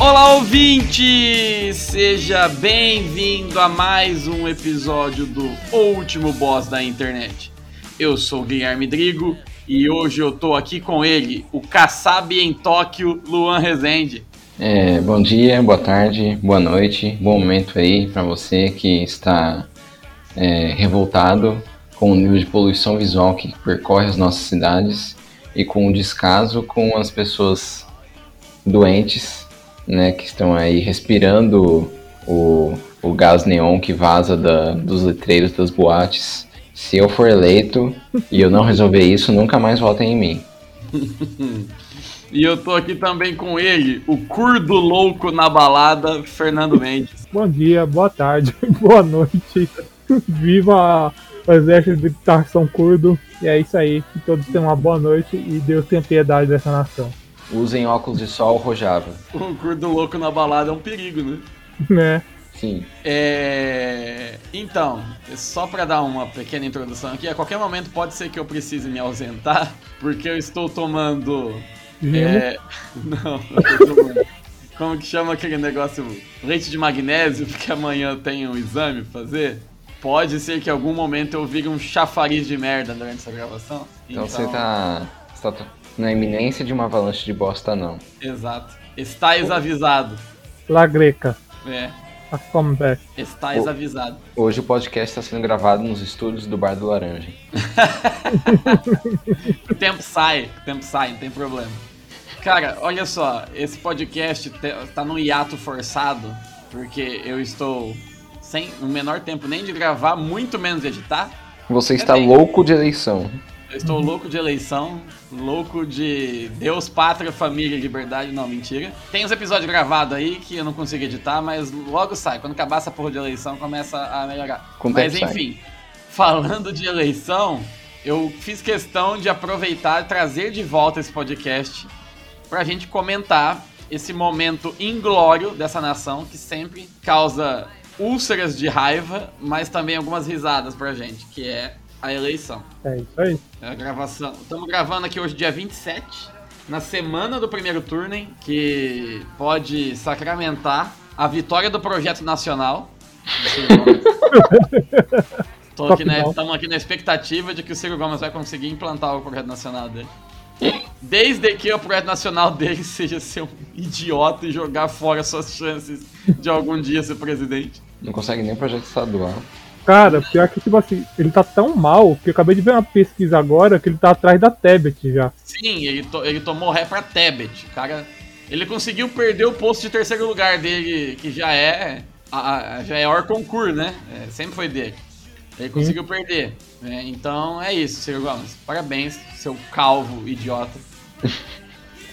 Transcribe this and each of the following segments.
Olá, ouvinte! Seja bem-vindo a mais um episódio do O Último Boss da Internet. Eu sou o Guilherme Drigo e hoje eu tô aqui com ele, o Kassab em Tóquio, Luan Rezende. É, bom dia, boa tarde, boa noite, bom momento aí para você que está é, revoltado com o nível de poluição visual que percorre as nossas cidades e com o descaso com as pessoas doentes, né, que estão aí respirando o, o gás neon que vaza da- dos letreiros das boates. Se eu for eleito e eu não resolver isso, nunca mais votem em mim. E eu tô aqui também com ele, o curdo louco na balada, Fernando Mendes. Bom dia, boa tarde, boa noite. Viva o exército de libertação curdo. E é isso aí. Que todos tenham uma boa noite e Deus tenha piedade dessa nação. Usem óculos de sol rojável. O curdo louco na balada é um perigo, né? Né? Sim. É... Então, só para dar uma pequena introdução aqui, a qualquer momento pode ser que eu precise me ausentar, porque eu estou tomando. Gelo. é, Não, eu tô tomando. Como que chama aquele negócio? Leite de magnésio, porque amanhã eu tenho um exame pra fazer. Pode ser que em algum momento eu vire um chafariz de merda durante essa gravação. Então, você tá, você tá na iminência de uma avalanche de bosta, não. Exato. Estáis avisado. La Greca. É, A comeback. estáis Pô. avisado. Hoje o podcast está sendo gravado nos estúdios do Bar do Laranja. O tempo sai, o tempo sai, não tem problema. Cara, olha só, esse podcast te- tá num hiato forçado, porque eu estou sem o menor tempo nem de gravar, muito menos de editar. Você está bem. louco de eleição. Eu estou Uhum. louco de eleição, louco de Deus, pátria, família, liberdade. Não, mentira. Tem uns episódios gravados aí que eu não consigo editar, mas logo sai. Quando acabar essa porra de eleição, começa a melhorar. Com mas tempo sai. enfim, falando de eleição, eu fiz questão de aproveitar e trazer de volta esse podcast pra gente comentar esse momento inglório dessa nação que sempre causa úlceras de raiva, mas também algumas risadas pra gente, que é a eleição. É isso aí. É a gravação. Estamos gravando aqui hoje, dia 27, na semana do primeiro turno, hein, que pode sacramentar a vitória do projeto nacional. Tô aqui, né? Estamos aqui na expectativa de que o Ciro Gomes vai conseguir implantar o projeto nacional dele. Desde que o projeto nacional dele seja ser um idiota e jogar fora suas chances de algum dia ser presidente. Não consegue nem projeto estadual. É Cara, pior que, tipo assim, ele tá tão mal que eu acabei de ver uma pesquisa agora que ele tá atrás da Tebet já. Sim, ele, to- ele tomou ré pra Tebet, cara. Ele conseguiu perder o posto de terceiro lugar dele, que já é a, a- já é Orconcur, né? É, sempre foi dele. Ele conseguiu perder. né? Então é isso, Ciro Gomes. Parabéns, seu calvo idiota.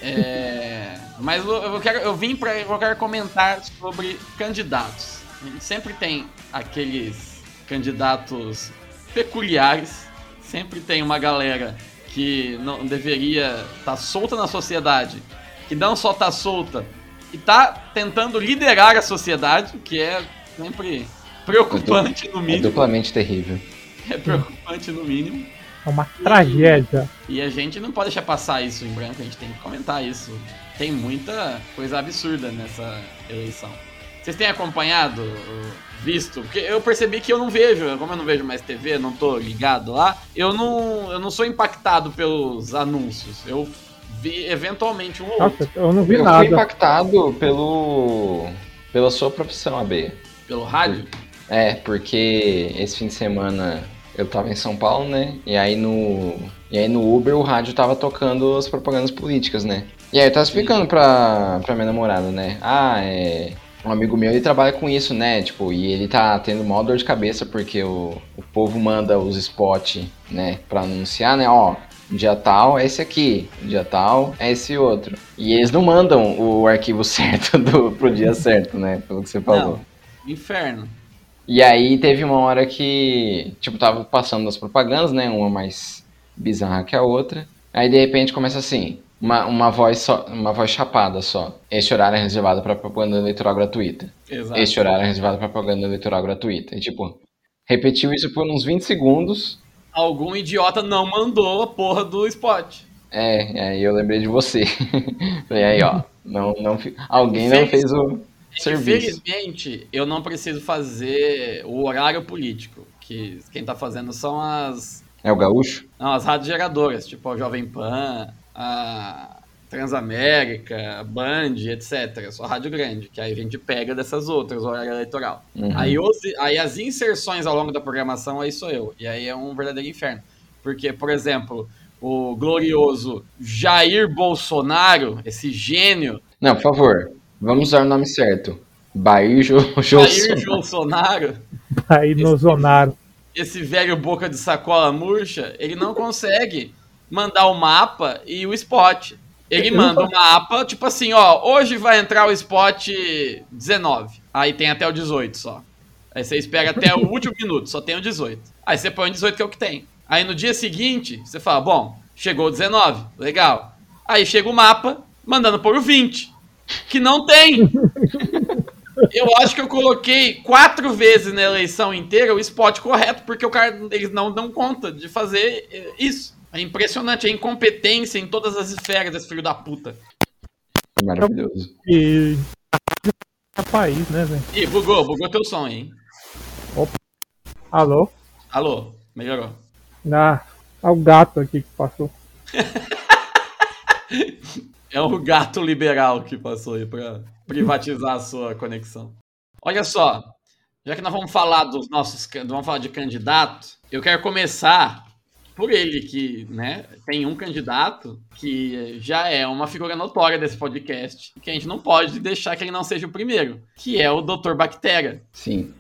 É, mas eu, eu quero, eu vim para eu quero comentar sobre candidatos. A gente sempre tem aqueles candidatos peculiares, sempre tem uma galera que não deveria estar solta na sociedade, que não só tá solta, e tá tentando liderar a sociedade, o que é sempre preocupante no É mínimo. duplamente terrível. É preocupante no mínimo. É uma tragédia. E a gente não pode deixar passar isso em branco, a gente tem que comentar isso. Tem muita coisa absurda nessa eleição. Vocês têm acompanhado, visto? Porque eu percebi que eu não vejo, como eu não vejo mais TV, não tô ligado lá, eu não, eu não sou impactado pelos anúncios. Eu vi eventualmente um ou outro Nossa, eu não vi eu fui nada. impactado pelo pela sua profissão, AB. pelo rádio. É, porque esse fim de semana eu tava em São Paulo, né? E aí no e aí no Uber o rádio tava tocando as propagandas políticas, né? E aí eu tava explicando pra, pra minha namorada, né? Ah, é Um amigo meu, ele trabalha com isso, né? Tipo, e ele tá tendo maior dor de cabeça porque o, o povo manda os spots, né? Pra anunciar, né? Ó, dia tal é esse aqui, dia tal é esse outro. E eles não mandam o arquivo certo do, pro dia certo, né? Pelo que você falou. Inferno. E aí teve uma hora que, tipo, tava passando as propagandas, né? Uma mais bizarra que a outra. Aí de repente começa assim, uma, uma voz só, uma voz chapada só. Este horário é reservado para propaganda eleitoral gratuita. Exato. Este horário é reservado para propaganda eleitoral gratuita. E tipo, repetiu isso por uns 20 segundos. Algum idiota não mandou a porra do spot. É, aí eu lembrei de você. Falei, aí, ó, não, não, fi- alguém não Fez. fez o serviço. Infelizmente, eu não preciso fazer o horário político, que quem tá fazendo são as, É o gaúcho? não, as rádios geradoras, tipo a Jovem Pan, a Transamérica, a Band, etc. Só rádio grande, que aí a gente pega dessas outras, o horário eleitoral. Uhum. Aí, os, aí as inserções ao longo da programação, aí sou eu. E aí é um verdadeiro inferno. Porque, por exemplo, o glorioso Jair Bolsonaro, esse gênio, Não, por favor, vamos usar o nome certo. Bair Jo- Jair Jolson. Bolsonaro, Aí no Zonaro. esse velho boca de sacola murcha, ele não consegue mandar o mapa e o spot. Ele manda o mapa, tipo assim, ó, hoje vai entrar o spot 19. Aí tem até o 18 só. Aí você espera até o último minuto, só tem o 18. Aí você põe o 18 que é o que tem. Aí no dia seguinte, você fala, bom, chegou o 19, legal. Aí chega o mapa, mandando por o 20, que não tem. Eu acho que eu coloquei quatro vezes na eleição inteira o spot correto, porque o cara eles não dão conta de fazer eh, isso. É impressionante a incompetência em todas as esferas desse filho da puta. É Maravilhoso. E. a país, né, velho? Ih, bugou, bugou teu som, hein? Alô? Alô, melhorou. Ah, é o gato aqui que passou. É o gato liberal que passou aí pra privatizar a sua conexão. Olha só, já que nós vamos falar dos nossos, can- vamos falar de candidato, eu quero começar por ele que, né, tem um candidato que já é uma figura notória desse podcast, que a gente não pode deixar que ele não seja o primeiro, que é o Dr. Bactéria. Sim,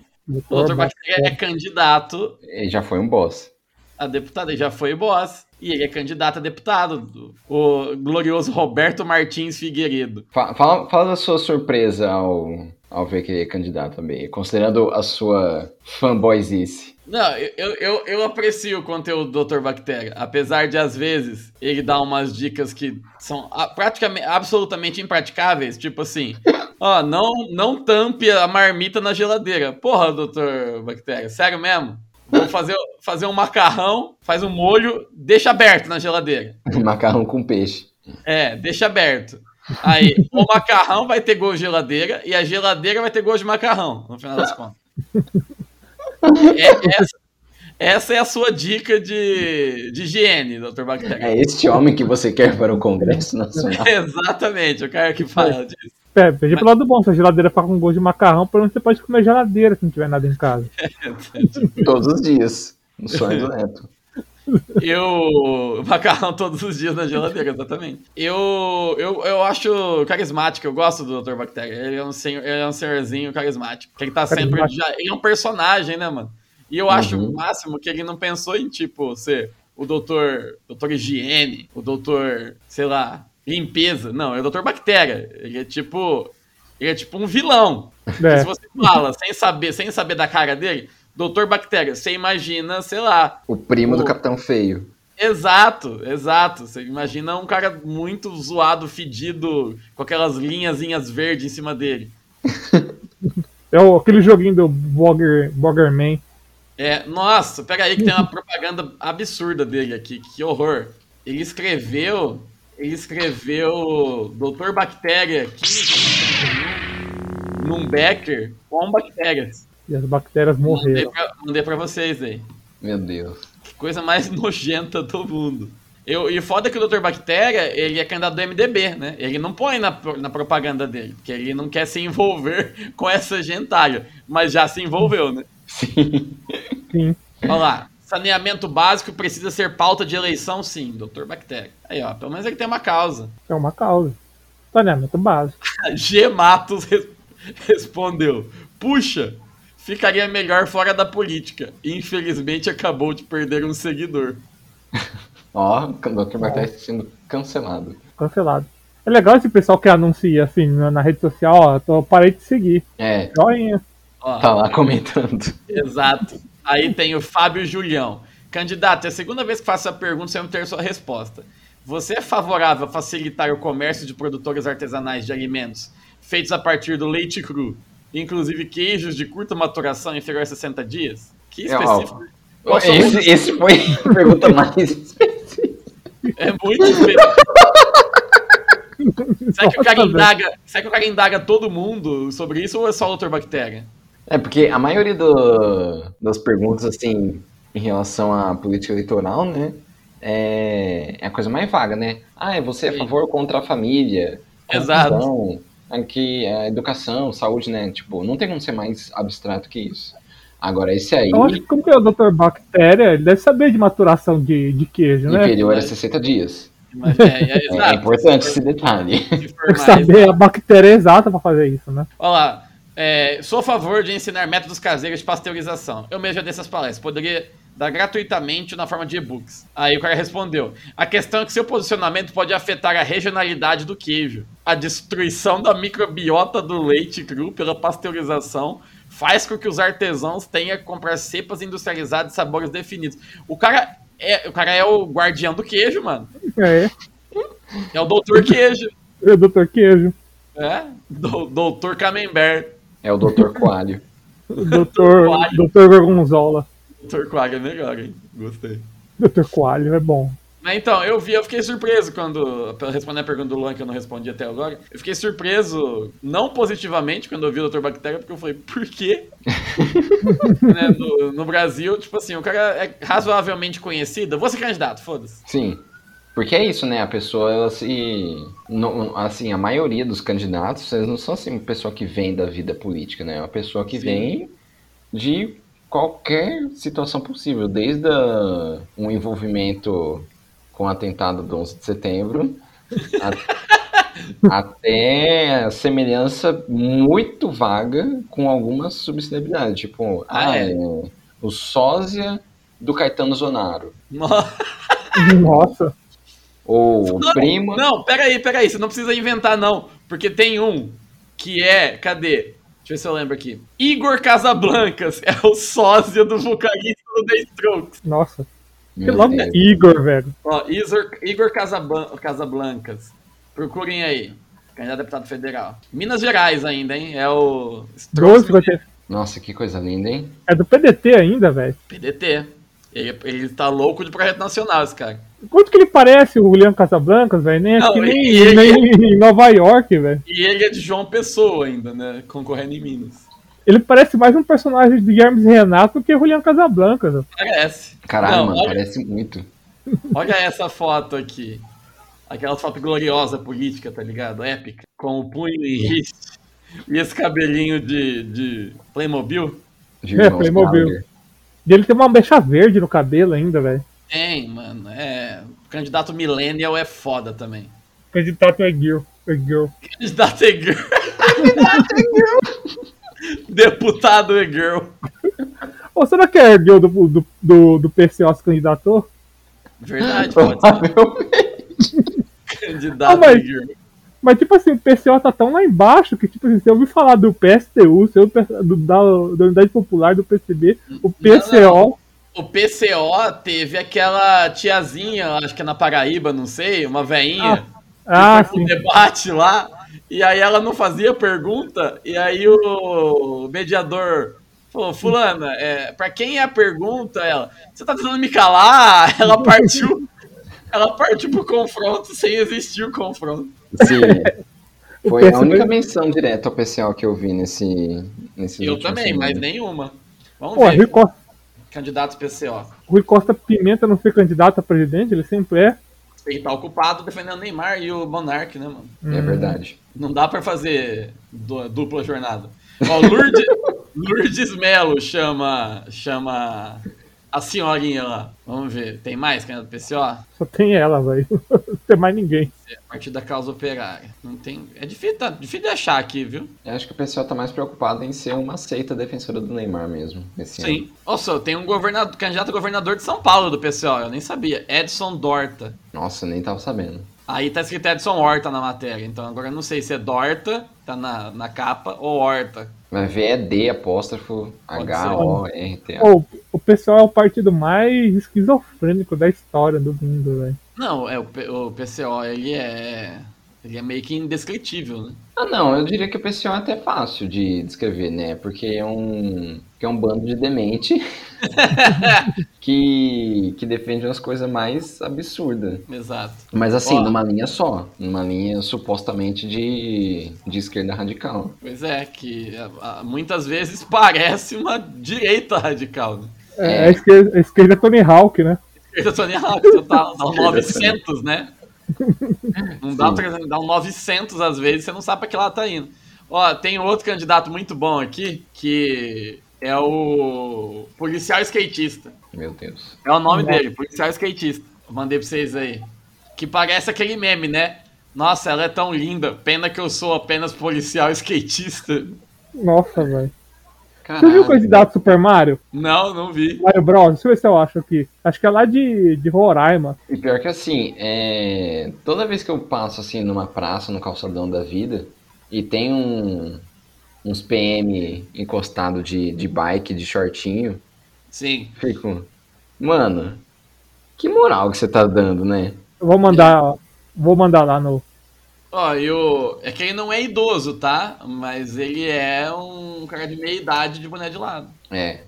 O Dr. Bactéria é candidato ele já foi um boss. a deputada, ele já foi boss, e ele é candidato a deputado, do- o glorioso Roberto Martins Figueiredo. Fa- Fala, fala da sua surpresa ao, ao ver que ele é candidato também, considerando a sua fanboyzice. Não, eu, eu- eu, eu aprecio o conteúdo do Dr. Bactéria, apesar de às vezes ele dar umas dicas que são ah, praticamente, absolutamente impraticáveis, tipo assim, ó, não, não tampe a marmita na geladeira. Porra, Dr. Bactéria, sério mesmo? Vou fazer, fazer um macarrão, faz um molho, deixa aberto na geladeira. Macarrão com peixe. É, deixa aberto. Aí, o macarrão vai ter gosto de geladeira e a geladeira vai ter gosto de macarrão, no final das contas. É, essa, essa é a sua dica de, de higiene, Dr. Bactéria. É este homem que você quer para o Congresso Nacional. Exatamente, o cara que fala disso. É, veja pelo lado bom, se a geladeira ficar com gosto de macarrão, pelo menos você pode comer geladeira se não tiver nada em casa. Todos os dias. No sonho do Neto. Eu. Macarrão todos os dias na geladeira, exatamente. Eu, eu, eu acho carismático, eu gosto do Dr. Bactéria. Ele é um, senhor, ele é um senhorzinho carismático. que Ele tá sempre. Carismático. já- ele é um personagem, né, mano? E eu acho Uhum. o máximo que ele não pensou em, tipo, ser o doutor. Doutor higiene, o doutor, sei lá, limpeza. Não, é o Dr. Bactéria. Ele é tipo. Ele é tipo um vilão. Porque É, Se você fala sem saber, sem saber da cara dele, Doutor Bactéria, você imagina, sei lá, O primo do O- Capitão Feio. Exato, exato. Você imagina um cara muito zoado, fedido, com aquelas linhazinhas verdes em cima dele. é o, aquele joguinho do Bogger, Boggerman. É, nossa, pera aí que tem uma propaganda absurda dele aqui, que horror. Ele escreveu, ele escreveu Doutor Bactéria aqui num Becker com bactérias. E as bactérias Mandei morreram. pra, mandei pra vocês aí. Meu Deus. Que coisa mais nojenta do mundo. Eu, e foda é que o Dr. Bactéria, ele é candidato do MDB, né? Ele não põe na, pro- na propaganda dele, porque ele não quer se envolver com essa gentalha. Mas já se envolveu, né? Sim. Sim. Olha lá. Saneamento básico precisa ser pauta de eleição, sim, Dr. Bactéria. Aí, ó, é pelo menos ele tem uma causa. É uma causa. Saneamento básico. G. Matos res- respondeu: Puxa, ficaria melhor fora da política. E, infelizmente acabou de perder um seguidor. Ó, o Dr. Bartest sendo cancelado. Cancelado. É legal esse pessoal que anuncia assim na, na rede social, ó, tô, parei de seguir. É, Joinha. Ó, tá lá comentando. Exato. Aí tem o Fábio Julião. Candidato, é a segunda vez que faço a pergunta sem obter sua resposta. Você é favorável a facilitar o comércio de produtores artesanais de alimentos feitos a partir do leite cru, inclusive queijos de curta maturação inferior a 60 dias? Que É, ó, específico. Qual são os- Esse, esse foi a pergunta mais específica. É muito específico. Será que, o cara Nossa, indaga, será que o cara indaga todo mundo sobre isso ou é só o Dr. Bactéria? É, porque a maioria do- das perguntas, assim, em relação à política eleitoral, né? É, é a coisa mais vaga, né? Ah, é você a Sim. favor ou contra a família? Ah, Exato. Corrupção, Aqui, a educação, saúde, né? Tipo, não tem como ser mais abstrato que isso. Agora, esse aí, Eu acho que como que é o Dr. Bactéria, ele deve saber de maturação de, de queijo, né? inferior a Mas- 60 dias. Mas, é, é, É, exato. importante esse detalhe. Se for Tem mais- que saber a bactéria exata pra fazer isso, né? Olha lá. é, sou a favor de ensinar métodos caseiros de pasteurização. Eu mesmo já dei essas palestras. Poderia dar gratuitamente na forma de e-books. Aí o cara respondeu: A questão é que seu posicionamento pode afetar a regionalidade do queijo. A destruição da microbiota do leite cru pela pasteurização faz com que os artesãos tenham que comprar cepas industrializadas e sabores definidos. O cara é, o cara é o guardião do queijo, mano. É, É o doutor queijo. é o Dr. Queijo, É? Do- doutor Camembert. É o Dr. Coalho. o Dr. Dr. Gorgonzola, Dr. Quag é melhor, hein? Gostei. Dr. Coalho, é bom. Mas então, eu vi, eu fiquei surpreso quando. pra Responder a pergunta do Luan que eu não respondi até agora. Eu fiquei surpreso, não positivamente, quando eu vi o Dr. Bactéria, porque eu falei, por quê? Né, no, no Brasil, tipo assim, o cara é razoavelmente conhecido. Eu Vou ser candidato, foda-se. Sim. Porque é isso, né? A pessoa, ela se. não- assim, a maioria dos candidatos, eles não são assim, uma pessoa que vem da vida política, né? É uma pessoa que Sim. vem de qualquer situação possível, desde a- um envolvimento com o atentado do 11 de setembro, a- até a semelhança muito vaga com algumas subcelebridades, tipo, Ah, ah, é. é o sósia do Caetano Zonaro. Nossa. Nossa, Ou Não, primo. Não, peraí, peraí, você não precisa inventar, não. Porque tem um que é. Cadê? Deixa eu ver se eu lembro aqui. Igor Casablancas é o sósia do vocalista do The Strokes. nossa. Que Meu nome é Deus. Igor, velho. Ó, Isor- Igor Casaban- Casablancas. Procurem aí. Candidato a deputado federal. Minas Gerais ainda, hein? É o. Doze você- Nossa, que coisa linda, hein? É do PDT ainda, velho. PDT. Ele, ele tá louco de projeto nacional, esse cara. Quanto que ele parece o Julian Casablancas, velho? Nem Não, aqui, nem, ele- nem em Nova York, velho. E ele é de João Pessoa ainda, né? Concorrendo em Minas. Ele parece mais um personagem de Hermes Renato do que o Julian Casablancas. velho. Parece. Caralho, Não, mano, olha- parece muito. Olha essa foto aqui. Aquela foto gloriosa política, tá ligado? Épica. Com o punho em riste. E esse cabelinho de, de Playmobil. De É, irmãos Playmobil. Gallagher. E ele tem uma mecha verde no cabelo ainda, velho. Tem, mano. É. Candidato millennial é foda também. Candidato é Gil. É Gil. Candidato e girl. Deputado e girl. Ou será que é Gil do, do, do, do PCO se candidatou? Verdade, pode ser. Ah, Candidato mas- e girl. Mas, tipo assim, o PCO tá tão lá embaixo que, tipo assim, se eu ouvir falar do PSTU, se eu ouvi pe- do, da, da Unidade Popular, do PCB, o PCO. O PCO teve aquela tiazinha, acho que é na Paraíba, não sei, uma veinha. Ah, que foi sim. pro um debate lá. E aí ela não fazia pergunta. E aí o mediador falou: Fulana, é, pra quem é a pergunta? Ela, você tá tentando me calar? Ela partiu. Ela partiu pro confronto sem existir o confronto. Sim. Foi a PSB. única menção direta ao PCL que eu vi nesse. nesse Eu também, mas né? nenhuma. Vamos Pô, ver. Rui Costa, Candidatos PCO. Rui Costa Pimenta não ser candidato a presidente, ele sempre é. Ele tá ocupado defendendo o Neymar e o Monark, né, mano? É verdade. Não dá pra fazer du- dupla jornada. Ó, Lourdes, Lourdes Melo chama, chama a senhorinha lá. Vamos ver, tem mais é candidato PCO? Só tem ela, velho. Não tem mais ninguém. É, a partir da causa operária. Não tem. É difícil, tá, difícil de achar aqui, viu? Eu acho que o pessoal tá mais preocupado em ser uma seita defensora do Neymar mesmo. Esse ano. Sim. Nossa, tem um governador, candidato a governador de São Paulo do PCO, eu nem sabia. Edson Dorta. Nossa, nem tava sabendo. Aí tá escrito Edson Horta na matéria, então agora eu não sei se é Dorta, tá na, na capa, ou Horta. Vai ver é D apóstrofo H O R T A. Pô, o pessoal é o partido mais esquizofrênico da história do mundo, velho. Não, é o, P- o PCO, ele é. Ele é meio que indescritível, né? Ah, não, eu diria que o PCO é até fácil de descrever, né? Porque é um, que é um bando de demente que, que defende umas coisas mais absurdas. Exato. Mas assim, Ó. numa linha só. Numa linha supostamente de, de esquerda radical. Pois é, que a- a- muitas vezes parece uma direita radical. Né? É, a esquerda, a esquerda é Tony Hawk, né? Esquerda Tony Hawk, então tá, dá um 900, né? Não dá, um 300, dá um 900 às vezes, você não sabe pra que lado tá indo. Ó, tem outro candidato muito bom aqui, que é o policial skatista. Meu Deus. É o nome dele, policial skatista. Eu mandei pra vocês aí. Que parece aquele meme, né? Nossa, ela é tão linda. Pena que eu sou apenas policial skatista. Nossa, velho. Você Caralho. viu o candidato do Super Mario? Não, não vi. Mario Bros. Deixa eu ver se eu acho aqui. Acho que é lá de, de Roraima. E pior que assim, é... toda vez que eu passo assim numa praça, no calçadão da vida, e tem um... uns PM encostado de, de bike, de shortinho, Sim. fico, mano, que moral que você tá dando, né? Eu vou mandar. Vou mandar lá no. Ó, e o. É que ele não é idoso, tá? Mas ele é um cara de meia idade de boné de lado. É,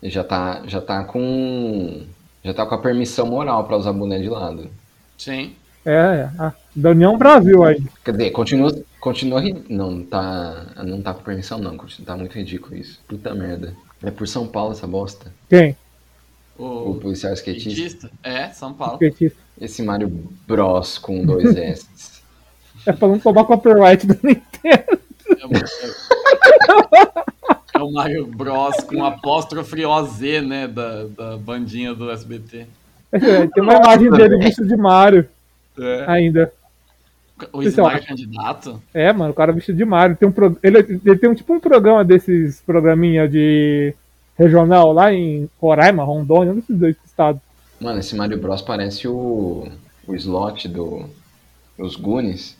ele já tá, já tá com já tá com a permissão moral pra usar boné de lado. Sim. É, a, da União Brasil aí. Quer dizer, continua, continua, ri- não tá, não tá com permissão não, continua, tá muito ridículo isso. Puta merda. É por São Paulo essa bosta. Quem? O O policial skatista. skatista. É, São Paulo. Petista. Esse Mario Bros com dois S. É pra não tomar copyright do Nintendo. É o, é o Mario Bros com apóstrofe OZ, né? Da, da bandinha do SBT. É, Tem uma imagem dele vestido de Mario É. ainda. O Isso é Ismar é ótimo. candidato? É, mano, o cara vestido de Mario. Tem um pro- ele, ele tem um tipo um programa desses programinha de regional lá em Roraima, Rondônia, um desses dois estados. Mano, esse Mario Bros parece o, o slot do os Goonies,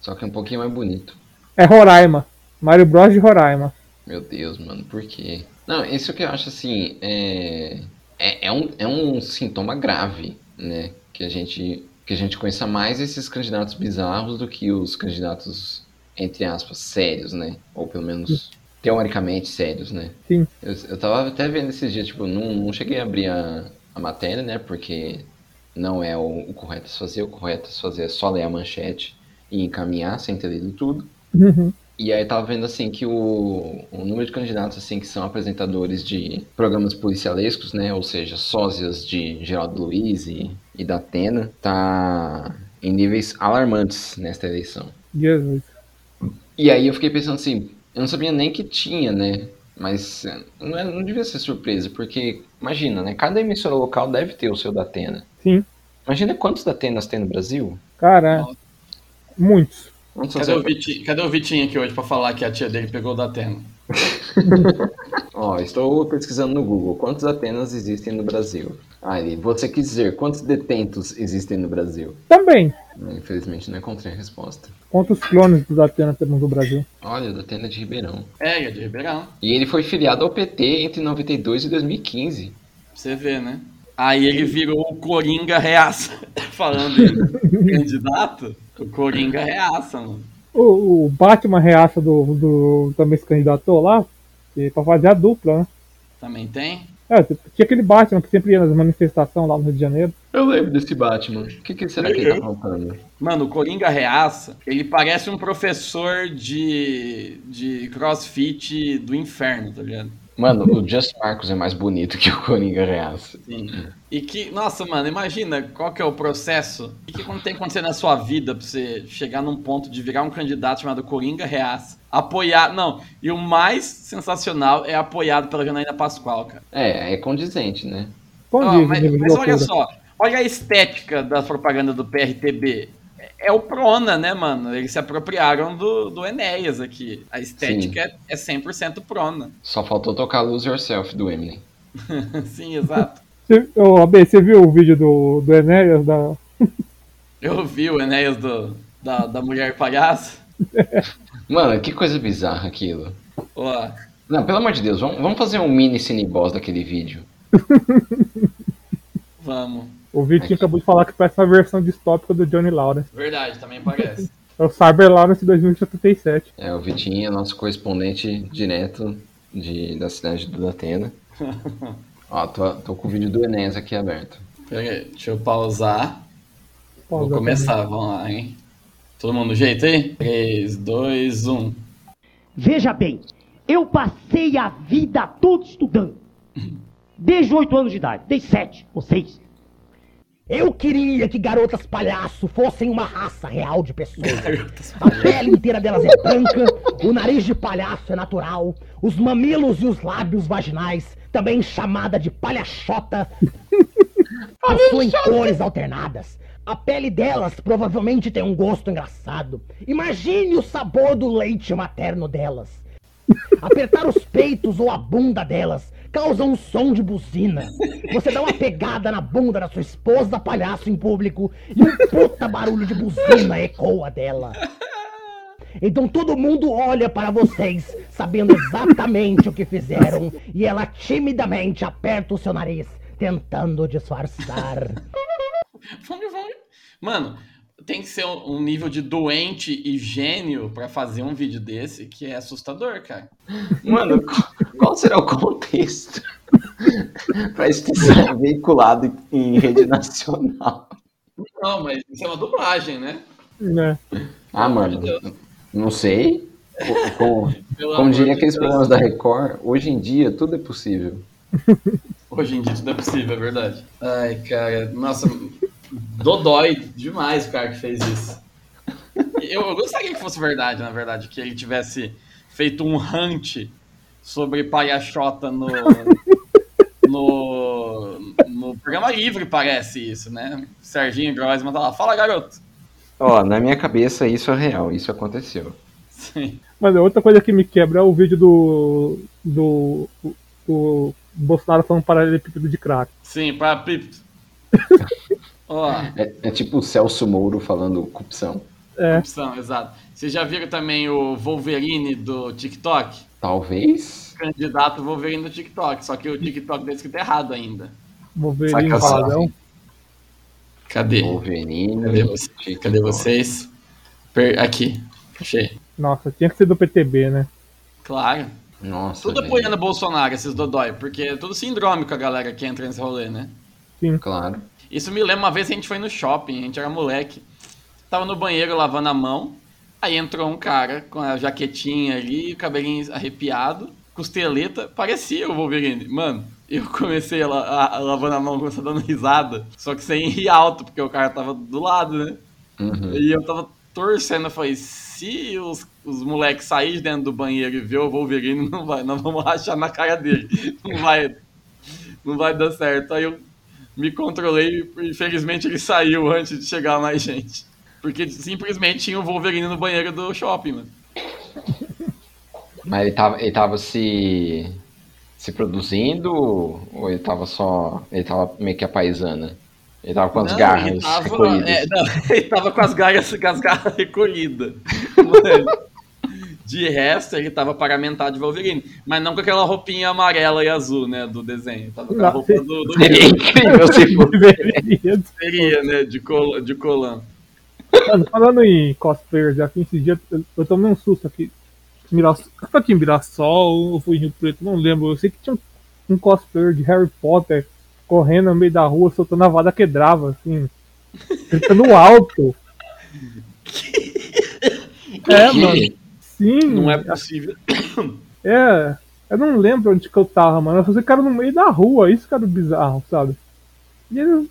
só que é um pouquinho mais bonito. É Roraima. Mario Bros de Roraima. Meu Deus, mano, por quê? Não, isso que eu acho assim, é, é, é um, é um sintoma grave, né? Que a gente que a gente conheça mais esses candidatos bizarros do que os candidatos entre aspas sérios, né? Ou pelo menos teoricamente sérios, né? Sim. Eu, eu tava até vendo esses dias, tipo, não, não cheguei a abrir a, a matéria, né? Porque não é o, o correto a se fazer. O correto a se fazer é só ler a manchete e encaminhar sem ter lido tudo. Uhum. E aí tava vendo, assim, que o, o número de candidatos, assim, que são apresentadores de programas policialescos, né? Ou seja, sósias de Geraldo Luiz e, e da Atena, tá em níveis alarmantes nesta eleição. Jesus. E aí eu fiquei pensando assim, eu não sabia nem que tinha, né? Mas eh, não, é- não devia ser surpresa, porque imagina, né? Cada emissora local deve ter o seu da Atena. Sim. Imagina quantos da Atenas tem no Brasil? Cara, muitos. Quantos são Cadê o, seus- Vitinho, cadê o Vitinho aqui hoje pra falar que a tia dele pegou da Atena? Ó, estou pesquisando no Google. Quantos Atenas existem no Brasil? Aí, você quis dizer, quantos detentos existem no Brasil? Também. Infelizmente não encontrei a resposta. Quantos clones dos Atena temos no Brasil? Olha, o da Atena de Ribeirão. É, ele é de Ribeirão. pra E ele foi filiado ao PT entre 92 e 2015. Você vê, né? Aí ele virou o Coringa Reaça. Falando em candidato, o Coringa Reaça, mano. O, o Batman reaça do, do- também se candidatou lá e pra fazer a dupla, né? Também tem? É, tinha aquele Batman que sempre ia nas manifestações lá no Rio de Janeiro. Eu lembro desse Batman. O que, que será que ele tá faltando? Mano, o Coringa Reaça, ele parece um professor de, de crossfit do inferno, tá ligado? Mano, o Just Marcos é mais bonito que o Coringa Reaça. Sim. E que, nossa, mano, imagina qual que é o processo. O que, que tem que acontecer na sua vida pra você chegar num ponto de virar um candidato chamado Coringa Reaça? Apoiar. Não, e o mais sensacional é apoiado pela Janaína Pascoal, cara. É, é condizente, né? Bom Ó, dia, Ah, mas, Guilherme, mas olha loucura. só, olha a estética da propaganda do PRTB. É- É o Prona, né, mano? Eles se apropriaram do, do Enéas aqui. A estética é, é 100% Prona. Só faltou tocar Lose Yourself do Eminem. Sim, exato. Você, ô, AB, você viu o vídeo do, do Enéas? Da... Eu vi o Enéas do, da, da Mulher Palhaça. Mano, que coisa bizarra aquilo. Ó, Não, pelo amor de Deus, vamos, vamos fazer um mini cineboss daquele vídeo. vamos. O Vitinho acabou de falar que parece uma versão distópica do Johnny Lawrence. Verdade, também parece. É o Cyber Lawrence 2077. É, o Vitinho é nosso correspondente direto de, da cidade de Datena. Ó, tô, tô com o vídeo do Enéas aqui aberto. Pera aí, deixa eu pausar. Pausa Vou começar, vamos lá, hein? Todo mundo no jeito aí? um. 3, 2, 1. Veja bem, eu passei a vida toda estudando. Desde oito anos de idade, desde sete ou seis. Eu queria que garotas palhaço fossem uma raça real de pessoas. A pele inteira delas é branca, o nariz de palhaço é natural, os mamilos e os lábios vaginais, também chamada de palhaçota, possuem cores alternadas. A pele delas provavelmente tem um gosto engraçado. Imagine o sabor do leite materno delas. Apertar os peitos ou a bunda delas causa um som de buzina. Você dá uma pegada na bunda da sua esposa palhaço em público e um puta barulho de buzina ecoa dela. Então todo mundo olha para vocês, sabendo exatamente o que fizeram, e ela timidamente aperta o seu nariz, tentando disfarçar. Vamos, vamos. Mano, tem que ser um um nível de doente e gênio pra fazer um vídeo desse que é assustador, cara. Mano, qu- qual será o contexto pra isso ter sido veiculado em rede nacional? Não, mas isso é uma dublagem, né? Né? Ah, mano, não sei. Co- Como, Pelo como amor diria de aqueles Deus. programas da Record, hoje em dia tudo é possível. Hoje em dia tudo é possível, é verdade. Ai, cara, nossa, dodói demais o cara que fez isso. Eu, eu gostaria que fosse verdade, na verdade, que ele tivesse feito um hunt sobre palhaçota no, no, no programa livre, parece isso, né? Serginho Grossman tá lá, fala garoto. Ó, na minha cabeça isso é real, isso aconteceu. Sim. Mas outra coisa que me quebra é o vídeo do. do. do Bolsonaro falando paralelepípedo de crack. Sim, pra pip. Ó, É, é tipo o Celso Mouro falando corrupção. É, opção, exato. Vocês já viram também o Wolverine do TikTok? Talvez. candidato Wolverine do TikTok, só que o TikTok tá escrito errado ainda. Wolverine Sacanagem. Paladão. Cadê? Wolverine. Cadê, você- Chico, cadê vocês? Per- Aqui, achei. Nossa, tinha que ser do PTB, né? Claro. Nossa. Tudo velho. apoiando o Bolsonaro, esses dodói, porque é tudo sindrômico a galera que entra nesse rolê, né? Claro. Isso me lembra uma vez que a gente foi no shopping, a gente era moleque. Tava no banheiro lavando a mão, aí entrou um cara com a jaquetinha ali, o cabelinho arrepiado, costeleta, parecia o Wolverine. Mano, eu comecei a, la- a- a lavando a mão, comecei dando risada, só que sem rir alto, porque o cara tava do lado, né? Uhum. E eu tava torcendo, eu falei, se os, os moleques saírem de dentro do banheiro e ver o Wolverine, não vai, nós vamos rachar na cara dele. Não vai, não vai dar certo. Aí eu me controlei e infelizmente ele saiu antes de chegar mais gente. Porque simplesmente tinha o Wolverine no banheiro do shopping, mano. Mas ele tava, ele tava se. se produzindo ou ele tava só. Ele tava meio que a paisana? Ele tava com as Não, garras ele tava, recolhidas. é, não, ele tava com as garras, com as garras recolhidas. Mano, De resto, ele tava paramentado de Wolverine. Mas não com aquela roupinha amarela e azul, né? Do desenho. Tava com a Não, roupa do, do Seria é incrível se fosse. Deveria. seria, né? De, col de colã. Mano, falando em cosplayers, aqui esse dia eu, eu tomei um susto aqui. Mirassol, foi aqui em Mirassol, ou foi em Rio Preto, não lembro. Eu sei que tinha um, um cosplayer de Harry Potter correndo no meio da rua, soltando a vada quebrava, assim. Gritando alto. é, mano. Sim. é- Não é possível. É. Eu não lembro onde que eu tava, mano. Eu fazia cara no meio da rua, isso que era bizarro, sabe? E eu,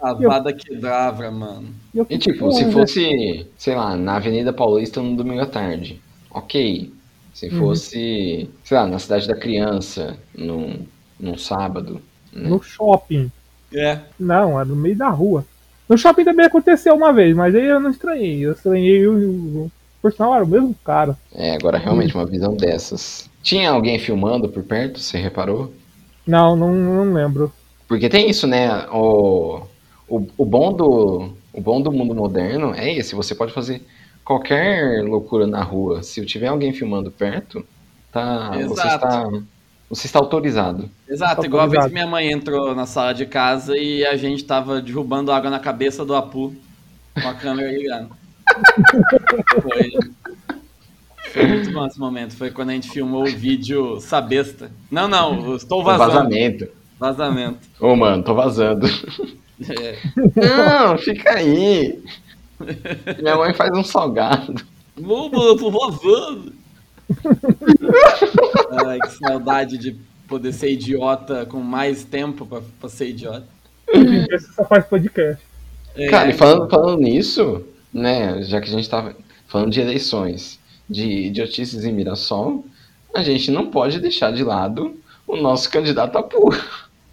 Avada Kedavra, mano. e eu E tipo, porra, se né? fosse, sei lá, na Avenida Paulista no domingo à tarde, ok. Se Uhum. fosse, sei lá, na Cidade da Criança, num, num sábado, né? No shopping. É. Não, era no meio da rua. No shopping também aconteceu uma vez, mas aí eu não estranhei. Eu estranhei o. o- Por sinal, era o mesmo cara. É, agora realmente Uhum. uma visão dessas. Tinha alguém filmando por perto, você reparou? Não, não, não lembro. Porque tem isso, né? O, o, o bom do, o bom do mundo moderno é esse, você pode fazer qualquer loucura na rua. Se tiver alguém filmando perto, tá, você Exato. está, você está autorizado. Exato, Tá igual a vez autorizado. que minha mãe entrou na sala de casa e a gente tava derrubando água na cabeça do Apu com a câmera ligada. Foi, foi muito bom esse momento. Foi quando a gente filmou o vídeo Sabesta. Não, não, eu estou vazando. É Vazamento. Vazamento. Ô, mano, tô vazando. É. Não, fica aí. Minha mãe faz um salgado. Ô, mano, eu tô vazando. Ai, que saudade de poder ser idiota com mais tempo pra, pra ser idiota. Esse só faz podcast. É, Cara, e falando, falando nisso, né, já que a gente tá falando de eleições, de idiotices em Mirassol, a gente não pode deixar de lado o nosso candidato a puro.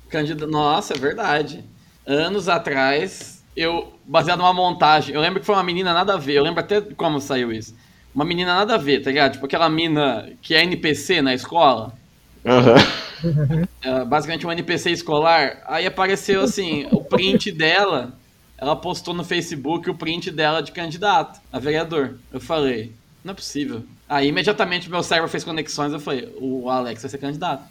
Candida... Nossa, é verdade. Anos atrás, eu, baseado numa montagem, eu lembro que foi uma menina nada a ver, eu lembro até como saiu isso. Uma menina nada a ver, tá ligado? Tipo aquela mina que é NPC na escola, é basicamente um NPC escolar. Aí apareceu assim, o print dela, ela postou no Facebook o print dela de candidato a vereador. Eu falei, não é possível. Aí imediatamente meu cérebro fez conexões, eu falei, o Alex vai ser candidato.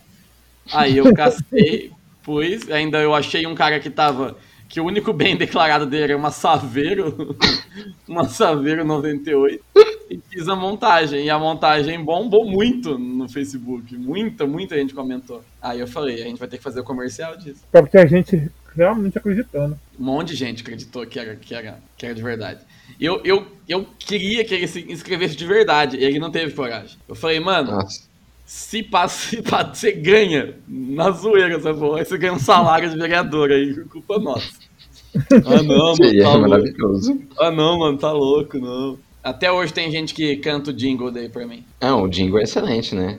Aí eu cacei, pus, ainda eu achei um cara que tava. Que o único bem declarado dele era uma Saveiro, uma Saveiro 98, e fiz a montagem. E a montagem bombou muito no Facebook. Muita, muita gente comentou. Aí eu falei, a gente vai ter que fazer o comercial disso. Pra ter a gente realmente acreditando. Um monte de gente acreditou que era, que era, que era de verdade. E Eu, eu, eu queria que ele se inscrevesse de verdade, e ele não teve coragem. Eu falei, mano, Nossa. se passa, se passa, você ganha na zoeira essa porra. Aí Você ganha um salário de vereador aí, culpa nossa. Ah não, mano, Seria tá louco. é maravilhoso. Ah não, mano, tá louco, não. Até hoje tem gente que canta o jingle daí pra mim. Ah, o jingle é excelente, né?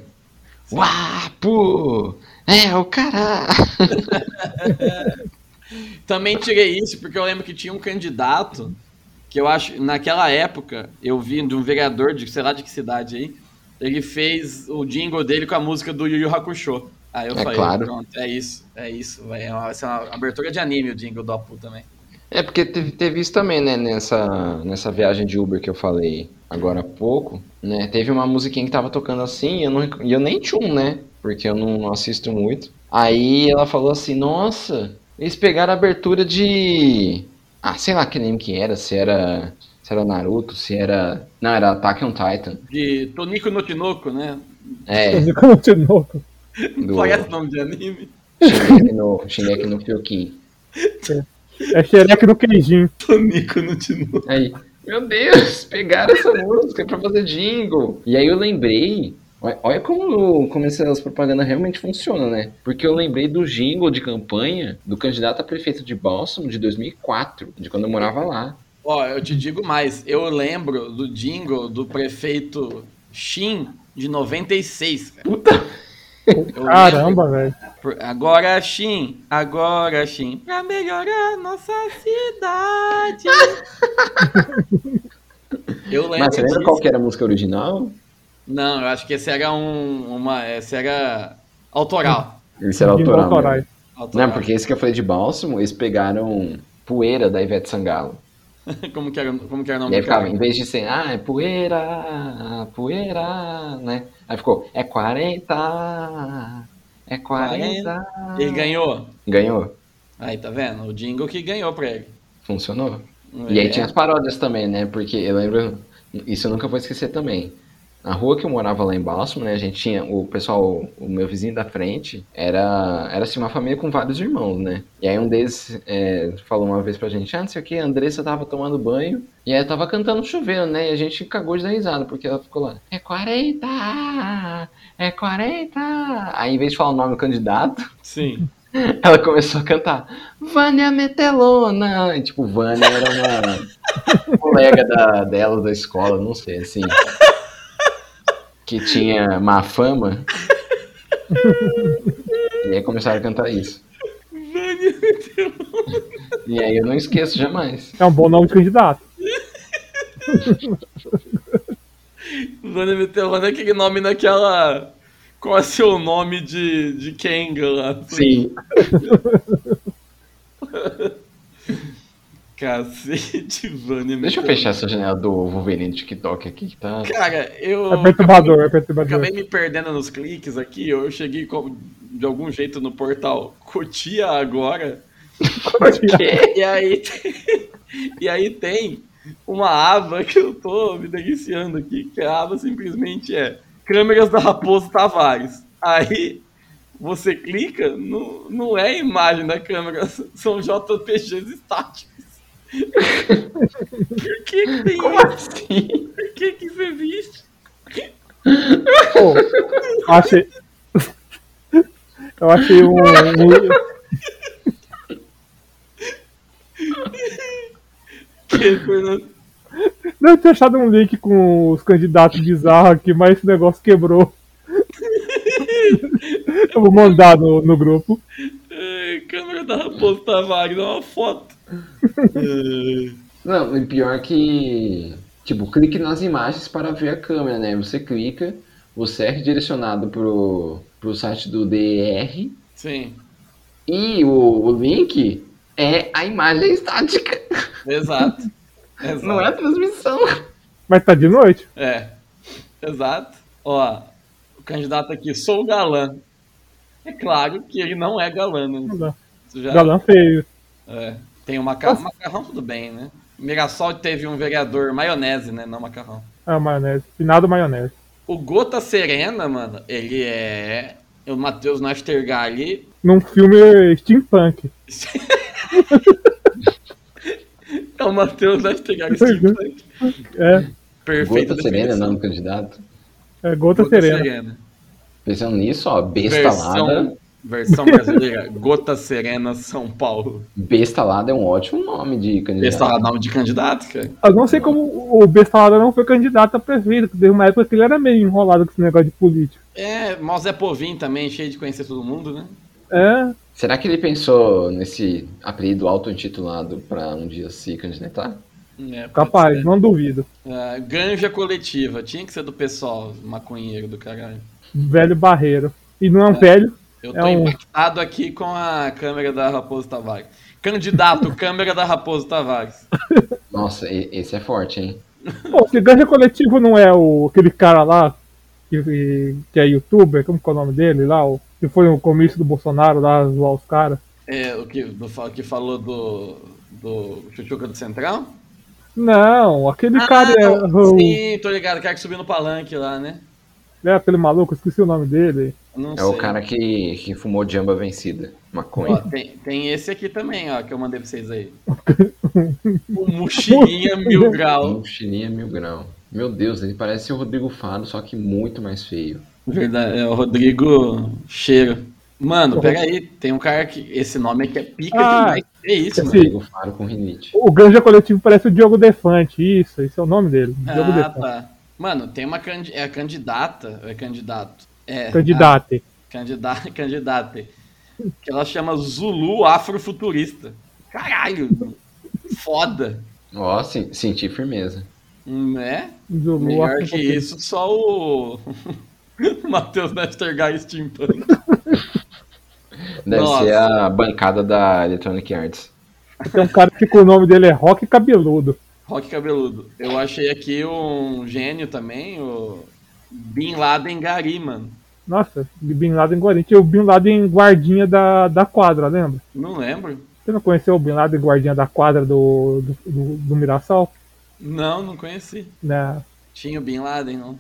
Uapo! É, o cara! Também tirei isso porque eu lembro que tinha um candidato que eu acho, naquela época, eu vi de um vereador de sei lá de que cidade aí, ele fez o jingle dele com a música do Yu Yu Hakusho. Aí eu É falei, claro. pronto, é isso, é isso. vai- é uma- Vai ser uma abertura de anime o jingle do Apu também. É porque teve, teve isso também, né? Nessa, nessa viagem de Uber que eu falei agora há pouco, né? Teve uma musiquinha que tava tocando assim, e eu, não, rec- e eu nem tinha um, né? Porque eu não, não assisto muito. Aí ela falou assim: Nossa, eles pegaram a abertura de. Ah, sei lá que anime que era, se era. Se era Naruto, se era. Não, era Attack on Titan. De Tonico no Tinoco, né? É, Ele continuou. do. Parece nome de anime. Shingeki no, Shingeki no Kyojin. É xereque do queijinho. Tonico no Tinoco. Aí, meu Deus, pegaram essa música pra fazer jingle. E aí eu lembrei. olha- Olha como, como essas propagandas realmente funcionam, né? Porque eu lembrei do jingle de campanha do candidato a prefeito de Boston de 2004, de quando eu morava lá. Ó, eu te digo mais, eu lembro do jingle do prefeito Shin de 96, cara. Puta! É. Caramba, velho. Agora Shin, agora Shin, pra melhorar nossa cidade. eu lembro. Mas você lembra disso. qual que é? era a música original? Não, eu acho que esse era um, uma, esse era autoral. Esse era De autoral. Motorai. né? autoral. Não, porque esse que eu falei de Bálsamo, eles pegaram poeira da Ivete Sangalo. como que era, como que era o E nome aí do ficava, cara? em vez de ser, ah, é poeira, poeira, né? Aí ficou, é 40, é 40. Ele ganhou. Ganhou, Aí, tá vendo? O jingle que ganhou pra ele. É. funcionou. E aí tinha as paródias também, né? Porque eu lembro, isso eu nunca vou esquecer também. Na rua que eu morava lá em Balsamo, né, a gente tinha o pessoal, o meu vizinho da frente, era, era assim, uma família com vários irmãos, né? E aí um deles é, falou uma vez pra gente, ah, não sei o que, a Andressa tava tomando banho e aí tava cantando no chuveiro, né? E a gente cagou de dar risada, porque ela ficou lá, é 40, é 40. Aí em vez de falar o nome do candidato, É, Sim. ela começou a cantar Vânia Metelona. E, tipo, Vânia era uma colega da, dela da escola, não sei, assim. Que tinha má fama. E aí começaram a cantar isso. E aí eu não esqueço jamais. É um bom nome de candidato. Vânia Metelona é aquele nome naquela. Qual é seu nome de, de Kenga lá? Sim. Cacete, Vânia Metelona. Deixa eu fechar essa janela do Wolverine TikTok aqui que tá. Cara, eu. É perturbador, é Acabei perturbador. me perdendo nos cliques aqui, eu cheguei com- de algum jeito no portal Cotia agora, e aí tem, e aí tem uma aba que eu tô me deliciando aqui, que a aba simplesmente é Câmeras da Raposo Tavares. Aí você clica, não, não é a imagem da câmera, são JPGs estáticos. Por que, que tem Como isso? assim? Por que, que isso existe? Pô, eu achei. Eu achei um. um- Que, Fernando? Deve ter achado um link com os candidatos bizarros aqui, mas esse negócio quebrou. Eu vou mandar no, no grupo. Ai, é, câmera da Raposo Tavares, dá uma foto. Não, e pior que. Tipo, clique nas imagens para ver a câmera, né? Você clica, você é redirecionado pro, pro site do DR Sim, e o, o link é a imagem estática, exato. exato. não é a transmissão. Mas tá de noite. É, exato. Ó, o candidato aqui, sou galã. É claro que ele não é galã, né? Não dá. Isso já- Galã feio. é. Tem o macarrão, macarrão tudo bem, né? Mirassol teve um vereador, maionese, né? Não macarrão. Ah, maionese. Finado maionese. O Gota Serena, mano, ele é o Matheus Nastergali Num filme steampunk. É o Matheus Nastergali É, Perfeito. Gota Serena, né? não, do candidato. é Gota, Serena. Pensando nisso, ó, Versão, Bestalada. versão brasileira, Gota Serena São Paulo. Bestalada é um ótimo nome de candidato. Esse é o nome de candidato, cara. Eu não sei como o Bestalada não foi candidato a prefeito, porque teve uma época que ele era meio enrolado com esse negócio de político. É, mal Zé Povin também, cheio de conhecer todo mundo, né? É, Será que ele pensou nesse apelido auto-intitulado para um dia se candidatar? É, pode capaz, né? ser. não duvido. Ah, ganja coletiva, tinha que ser do pessoal, maconheiro do caralho. Velho barreiro. E não é um velho, Eu É tô um- impactado aqui com a câmera da Raposo Tavares. Candidato, câmera da Raposo Tavares. Nossa, e- esse é forte, hein? Pô, se Ganja Coletivo não é o, aquele cara lá que, que é youtuber, como que é o nome dele lá? O, que foi no comício do Bolsonaro lá zoar os caras. É, o que, do, fa- que falou do, do Chuchuca do Central? Não, aquele cara é, o- Ah, sim, tô ligado, cara que subiu no palanque lá, né? é aquele maluco, esqueci o nome dele. Não É o cara que, que fumou jamba vencida. Ó, Maconha. tem, tem esse aqui também, ó, que eu mandei pra vocês aí. O Mochilinha Mil Grau. Mochilinha mil grau. Meu Deus, ele parece o Rodrigo Faro, só que muito mais feio. Verdade, é o Rodrigo Cheiro. Mano, peraí, tem um cara que. Esse nome aqui é pica Ah, demais. É isso, mano. esse- Rodrigo Faro com rinite. O Ganja Coletivo parece o Diogo Defante, isso, esse é o nome dele. Diogo Ah, Defante. tá. Mano, tem uma candi é a candidata. É candidato. É. Candidato. a candida- candidata. Que ela chama Zulu Afrofuturista. Caralho! Foda. Ó, sen- senti firmeza. Né? Zulu, Melhor acho que um pouquinho. isso, só o. Matheus Nestergai Steampunk. Deve Nossa. ser a bancada da Electronic Arts. Tem um cara que com o nome dele é Rock Cabeludo. Rock Cabeludo. Eu achei aqui um gênio também, o Bin Laden Gari, mano. Nossa, Bin Laden Guarinha. Tinha o Bin Laden guardinha da, da quadra, lembra? Não lembro. Você não conheceu o Bin Laden guardinha da quadra do, do, do, do Mirassol? Não, não conheci. Né? Tinha o Bin Laden, não.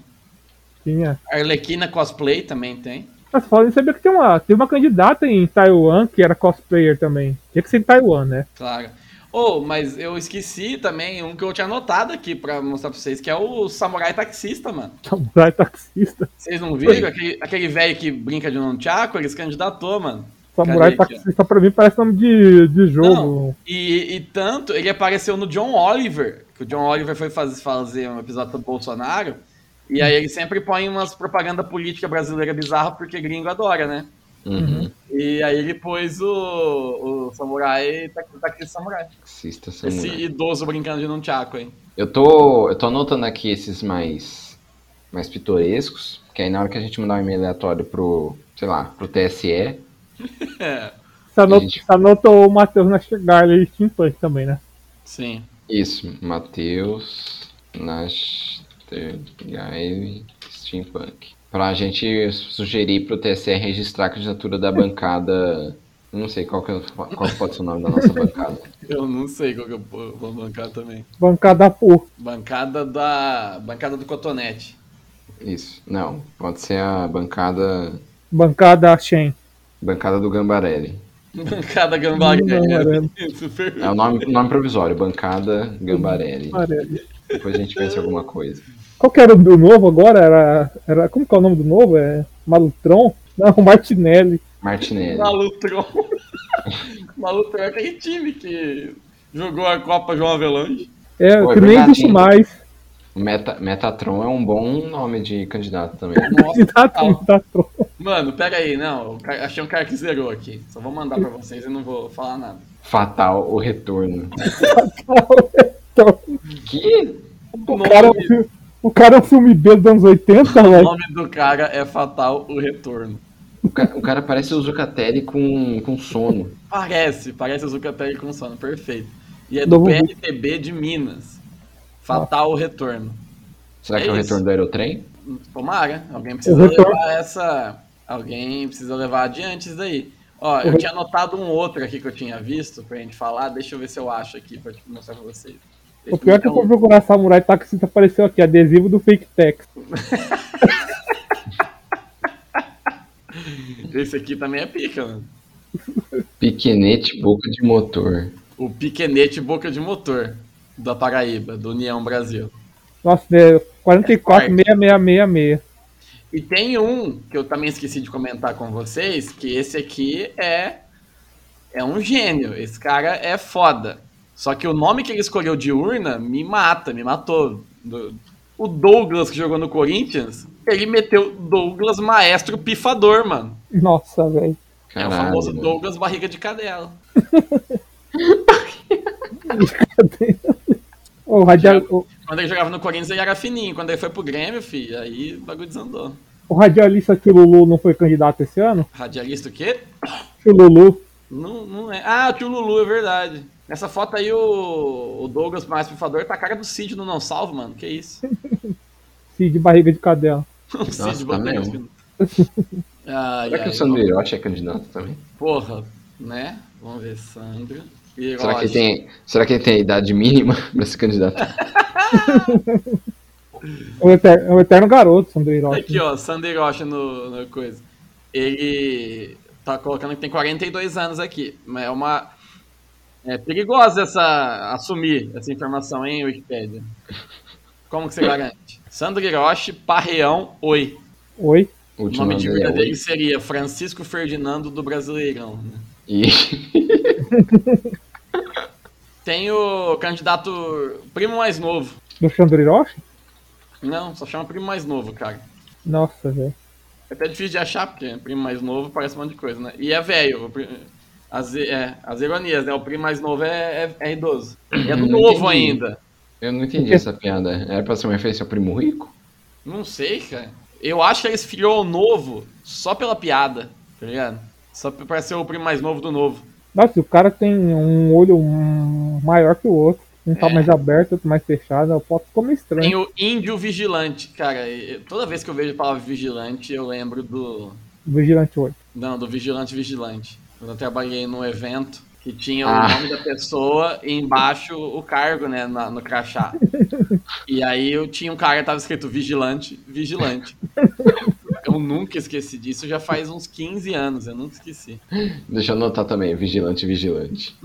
Tinha. Arlequina cosplay também tem. Mas podem saber que tem uma, tem uma candidata em Taiwan que era cosplayer também. Tinha que ser em Taiwan, né? Claro. Oh, mas eu esqueci também um que eu tinha anotado aqui pra mostrar pra vocês, que é o Samurai Taxista, mano. Samurai taxista. Vocês não viram? Aquele, aquele velho que brinca de um tchaco, ele se candidatou, mano. Samurai Cadê aqui, ó? taxista pra mim parece nome de, de jogo. Não, e, e tanto, ele apareceu no John Oliver, que o John Oliver foi faz- fazer um episódio do Bolsonaro, e aí ele sempre põe umas propaganda política brasileira bizarra, porque gringo adora, né? Uhum. E aí ele pôs o, o samurai, tá, tá aqui o samurai. Assista Esse Samurai. idoso brincando de nunchaku, hein? Eu tô, eu tô anotando aqui esses mais, mais pitorescos, que aí na hora que a gente mandar um e-mail aleatório pro, sei lá, pro TSE, É, Você anot- gente. você anotou o Matheus na Chegarla e Steampunk também, né? sim. isso, Matheus, Nastergaile, Steampunk. Pra gente sugerir pro TSE registrar a candidatura da bancada, eu não sei qual, que é, qual pode ser o nome da nossa bancada. Eu não sei qual que eu vou vou bancar também. Bancada por. Bancada da. Bancada do cotonete. Isso, não, pode ser a bancada, Bancada Shen. bancada do Gambarelli. Bancada gambagueira. Gambagueira. Isso, perfeito. É o nome, o nome provisório, bancada Gambarelli. Amarelo. Depois a gente pensa em alguma coisa. Qual que era o do novo agora? Era, era. Como que é o nome do novo? É Malutron? Não, Martinelli. Martinelli. Malutron. Malutron é aquele time que jogou a Copa João Avelange. É, Pô, é que nem verdade, existe hein? mais. Meta, Metatron é um bom nome de candidato também. Nossa, Exato, Metatron. Mano, pera aí, não. eu ca- Achei um cara que zerou aqui. Só vou mandar pra vocês e não vou falar nada. Fatal o retorno. Então, Que? O o, cara, é um nome, filme- o cara é um filme B dos anos 80, o velho. nome do cara é Fatal o Retorno. O, ca- o cara parece o Zucatelli com, com sono. Parece, parece o Zucatelli com sono, perfeito. E é do Novo PLTB de Minas. Fatal o Retorno. Será que é, É o isso. retorno do aerotrem? Tomara, alguém precisa retorno- levar essa. Alguém precisa levar adiante isso daí. Ó, eu re- tinha anotado um outro aqui que eu tinha visto pra gente falar. Deixa eu ver se eu acho aqui pra te mostrar pra vocês. Então, O pior é que eu um- fui procurar Samurai Taxista apareceu aqui, adesivo do Fake Tex. Esse aqui também é pica, mano. Piquenete boca de motor. É O Piquenete Boca de Motor, da Paraíba, do União Brasil. Nossa, né? É 446666. E tem um que eu também esqueci de comentar com vocês, que esse aqui é é um gênio. Esse cara é foda. Só que o nome que ele escolheu de urna me mata, me matou. Do- O Douglas que jogou no Corinthians, ele meteu Douglas Maestro Pifador, mano. Nossa, velho. É Caralho. o famoso mano. Douglas Barriga de Cadela. O radial, o- Quando ele jogava no Corinthians, ele era fininho. Quando ele foi pro Grêmio, fi, aí o bagulho desandou. o radialista que o Lulu não foi candidato esse ano? Radialista o quê? Que o Lulu. Não, não é. Ah, o tio Lulu, é verdade. Nessa foto aí, o, o Douglas mais pifador tá a cara do Cid no Não Salvo, mano. Que isso? Cid Barriga de Cadela. O Cid Nossa, tá botando mesmo. isso. Ai, Será que ai, o Sandro Hiroshi é candidato também? Porra, né? Vamos ver, Sandro. Hiroshi. Será que, ele tem, será que ele tem a idade mínima pra se candidatar? É um eterno, é um eterno garoto, Sandro Hiroshi. Tá Aqui, ó, Sandro Hiroshi no, no coisa. Ele tá colocando que tem 42 anos aqui. mas É uma. É perigosa essa. assumir essa informação, hein, Wikipedia? Como que você garante? Sandro Hiroshi, Parreão, oi. Oi? O O último nome de dele é vida dele oito. seria Francisco Ferdinando do Brasileirão. né? E Tem o candidato primo mais novo. Do Sandro Hiroshi? Não, só chama primo mais novo, cara. Nossa, velho. É até difícil de achar, porque primo mais novo parece um monte de coisa, né? E é velho. o pri- As, é, as ironias, né? O primo mais novo é, é- é idoso. E é do Não novo Uhum, entendi. ainda. eu não entendi essa piada. Era pra ser uma referência ao primo rico? Não sei, cara. Eu acho que eles filhou o novo só pela piada, tá ligado? Só pra ser o primo mais novo do novo. Nossa, o cara tem um olho hum, maior que o outro. Um tá É. mais aberto, outro mais fechado. A foto ficou meio Tem estranha. o índio vigilante, cara. e- e Toda vez que eu vejo a palavra vigilante, eu lembro do. Vigilante 8. Não, do vigilante vigilante. Quando eu trabalhei num evento, Que tinha o Ah. nome da pessoa e embaixo o cargo, né, na- no crachá. E aí eu tinha um cara que tava escrito vigilante, vigilante. Eu nunca esqueci disso, já faz uns 15 anos, eu nunca esqueci. Deixa eu anotar também, vigilante, vigilante.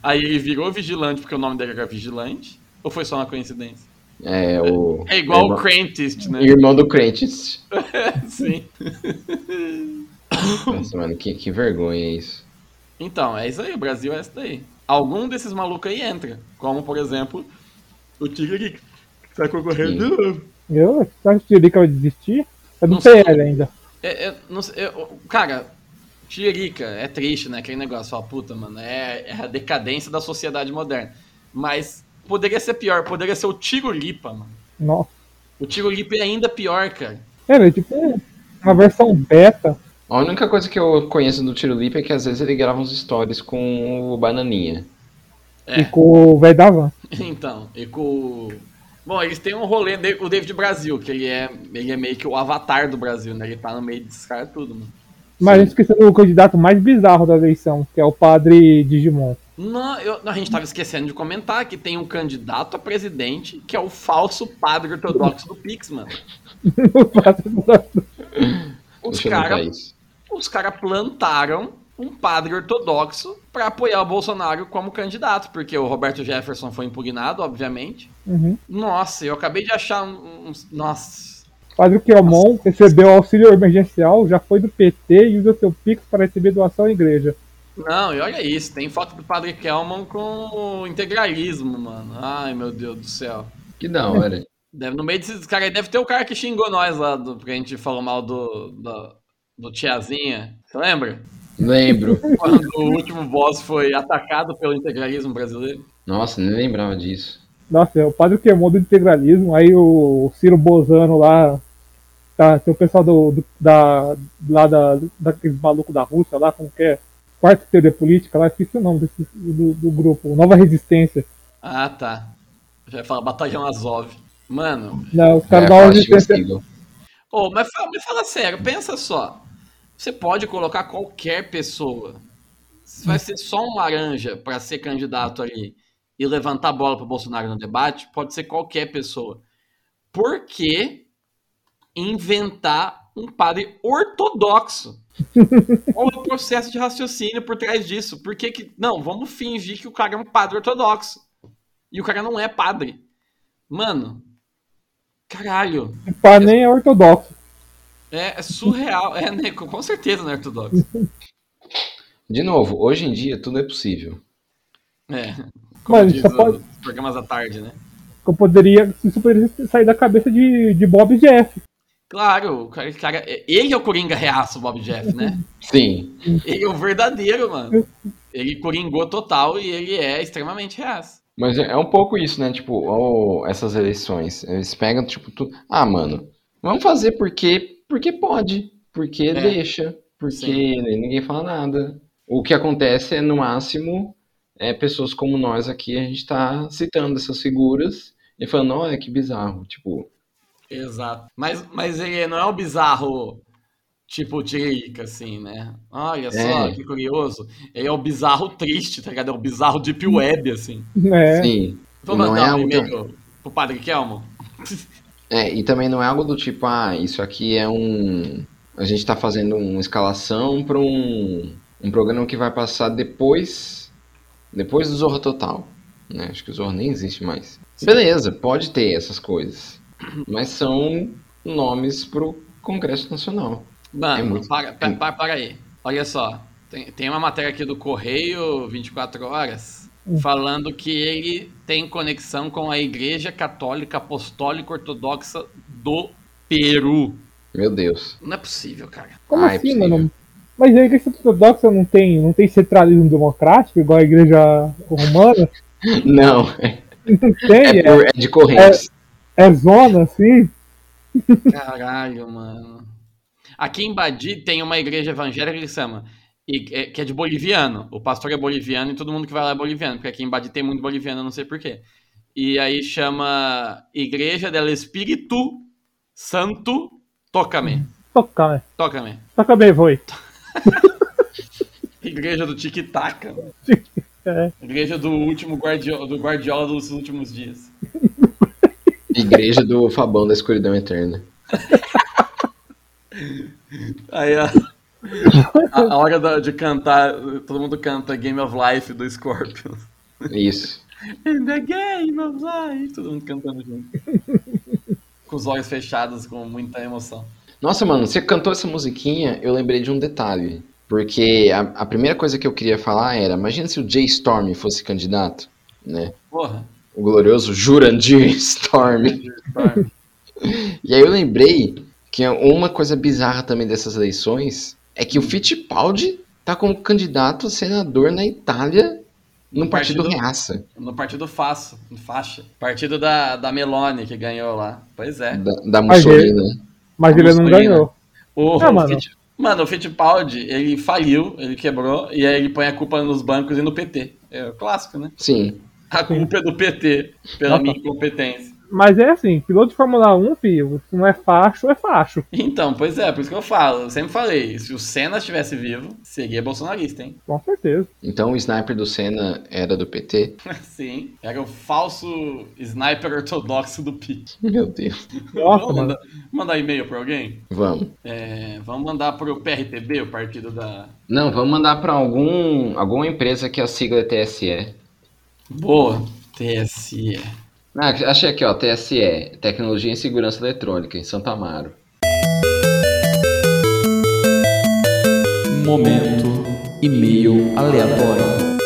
Aí ele virou vigilante porque o nome dele era vigilante, ou foi só uma coincidência? É o. É igual irmão- o Crentist, né? Irmão do Crentes. Sim. Nossa, mano, que, que vergonha é isso. Então, é isso aí, o Brasil é isso daí. Algum desses malucos aí entra, como por exemplo o Tigre que tá concorrendo de Sim. novo. Eu, você acha que o Tiririca vai desistir? É do Não sei. PL ainda. É, é, não sei, eu- cara, Tiririca é triste, né? Aquele negócio, ó, puta, mano, é, é a decadência da sociedade moderna. Mas poderia ser pior, poderia ser o Tirolipa, mano. Nossa. O Tirolipa é ainda pior, cara. É, ele é tipo um- uma versão beta. A única coisa que eu conheço do Tiro Lipa é que às vezes ele grava uns stories com o Bananinha. É. E com o velho da van. Então, e com. o- Bom, eles têm um rolê, de- o David Brasil, que ele é, ele é meio que o avatar do Brasil, né? Ele tá no meio desses caras tudo, mano. Mas a gente esqueceu do candidato mais bizarro da eleição, que é o padre Digimon. Não, eu- não, a gente tava esquecendo de comentar que tem um candidato a presidente que é o falso padre ortodoxo do Pix, mano. O padre do- Os Deixa eu anotar caras isso. os cara plantaram um padre ortodoxo pra apoiar o Bolsonaro como candidato, porque o Roberto Jefferson foi impugnado, obviamente. Uhum. Nossa, eu acabei de achar um. um- nossa. Padre Quelmon recebeu auxílio emergencial, já foi do PT e usa seu Pix para receber doação à igreja. Não, e olha isso, tem foto do padre Kelman com o integralismo, mano. Ai, meu Deus do céu. Que da hora. Deve, no meio desses caras aí deve ter o cara que xingou nós lá, do, porque a gente falou mal do, do, do Tiazinha. Você lembra? Lembro. Quando o último boss foi atacado pelo integralismo brasileiro. Nossa, nem lembrava disso. Nossa, é o Padre Quelmon do integralismo, aí o Ciro Bozano lá, tá, tem o pessoal do, do- da, lá da, daqueles malucos da Rússia lá, como que é? Quarta teoria política lá, esqueci o nome desse, do, do grupo, Nova Resistência. Ah, tá. Já ia falar Batalhão Azov. Mano, Não, os caras É, da Nova fala, Chico Resistência Sigo. ô, mas, fala, mas fala sério, pensa só. Você pode colocar qualquer pessoa. Se vai ser só um laranja pra ser candidato ali e levantar a bola pro Bolsonaro no debate, pode ser qualquer pessoa. Por que inventar um padre ortodoxo? Qual é o processo de raciocínio por trás disso? Por que que... Não, vamos fingir que o cara é um padre ortodoxo. E o cara não é padre. Mano, caralho. o pá nem é ortodoxo. É, é surreal. É, né? Com com certeza não é ortodoxo. De novo, hoje em dia tudo é possível. É. Como Mas diz isso pode, os programas da tarde, né? eu poderia, isso poderia sair da cabeça de, de Bob Jeff. Claro, o cara, o cara- ele é o Coringa reaço, o Bob Jeff, né? Sim. Ele é o verdadeiro, mano. Ele coringou total e ele é extremamente reaço. Mas é é um pouco isso, né? Tipo, ó, essas eleições. Eles pegam, tipo, tudo. Ah, mano, vamos fazer porque, porque pode. Porque deixa. Porque Sim. ninguém fala nada. O que acontece é, no máximo, é pessoas como nós aqui, a gente tá citando essas figuras e falando, olha que bizarro. Tipo, Exato. Mas, mas ele não é o bizarro tipo Tiririca, assim, né? Olha só, É. que curioso. Ele é o bizarro triste, tá ligado? É o bizarro deep web, assim. É, sim. Vou Não é mandar um algo- e-mail pro Padre Kelmo. É, e também não é algo do tipo, ah, isso aqui é um. A gente tá fazendo uma escalação para um, um programa que vai passar depois depois do Zorra Total. Né? Acho que o Zorra nem existe mais. Beleza, pode ter essas coisas. Mas são nomes pro Congresso Nacional. Mano, É muito- para, pa- é- pa- para aí. Olha só. Tem, tem uma matéria aqui do Correio 24 Horas falando que ele tem conexão com a Igreja Católica Apostólica Ortodoxa do Peru. Meu Deus. Não é possível, cara. como Ah, é assim, possível. mano? Mas a igreja ortodoxa não tem, não tem centralismo democrático, igual a igreja romana? Não, Não é, tem, é, por- é de correntes. é zona, assim? Caralho, mano. Aqui em Badi tem uma igreja evangélica que chama. e- é- que é de boliviano. O pastor é boliviano e todo mundo que vai lá é boliviano, porque aqui em Badi tem muito boliviano, eu não sei porquê. E aí chama Igreja del Espírito Santo Tócame. Toca, né? Tócame. Toca bem, foi. Igreja do Tic Taca. É. Igreja do último guardiola, do guardiola dos últimos dias. É. Igreja do Fabão da Escuridão Eterna. Aí a, a- a hora da- de cantar, todo mundo canta Game of Life do Scorpion. É Isso. In the game of life. Todo mundo cantando junto. com os olhos fechados, com muita emoção. Nossa, mano, você cantou essa musiquinha, eu lembrei de um detalhe. Porque a, a primeira coisa que eu queria falar era, imagina se o Jay Storm fosse candidato, né? Porra. O glorioso Jurandir Storm. E aí eu lembrei que uma coisa bizarra também dessas eleições é que o Fittipaldi tá como candidato a senador na Itália no Partido, Partido- Reaça, No partido Faço, em faixa. Partido da, da Meloni que ganhou lá. Pois é. da, da Mussolini, né? Mas A ele não Mussolini. ganhou. O, Ah, o mano. Fitt- mano, o Fittipaldi, ele faliu, ele quebrou, e aí ele põe a culpa nos bancos e no PT. É o clássico, né? Sim, A culpa é do PT, pela Ah, tá. minha incompetência. Mas é assim, piloto de Fórmula 1, filho, se não é facho, é facho. Então, pois é, por isso que eu falo, eu sempre falei, se o Senna estivesse vivo, seria bolsonarista, hein? Com certeza. então o sniper do Senna era do PT. Sim, era o falso sniper ortodoxo do Pitt. Meu Deus. Nossa, Vamos mano. mandar, mandar e-mail pra alguém? Vamos. É, vamos mandar pro PRTB, o partido da... Não, vamos mandar pra algum alguma empresa que a sigla é TSE. Boa, TSE. Ah, achei aqui, ó, TSE, Tecnologia em Segurança Eletrônica, em Santa Amaro. Momento e-mail aleatório.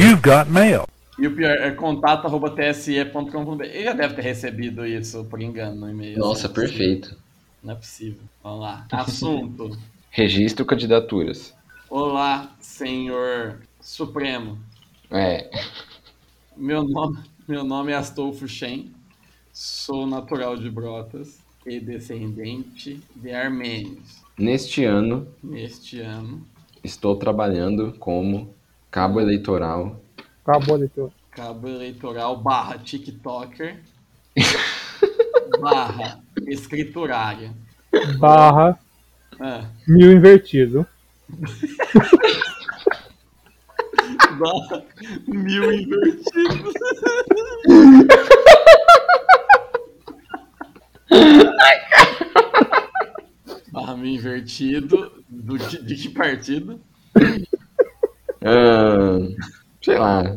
You've got mail. E o pior é contato.tse.com.br. Ele já deve ter recebido isso por engano no e-mail. Nossa, Não é possível. perfeito. Não é possível. Vamos lá. Assunto. Registro candidaturas. Olá, senhor Supremo. É, Meu nome, meu nome é Astolfo Shen, sou natural de Brotas e descendente de armênios. neste ano Neste ano, Estou trabalhando como cabo eleitoral. Acabou de ter. cabo eleitoral barra tiktoker barra escriturária. Barra, Ah, mil invertido. barra mil invertidos. Barra mil invertido. Do que- de que partido? Ahn, sei lá.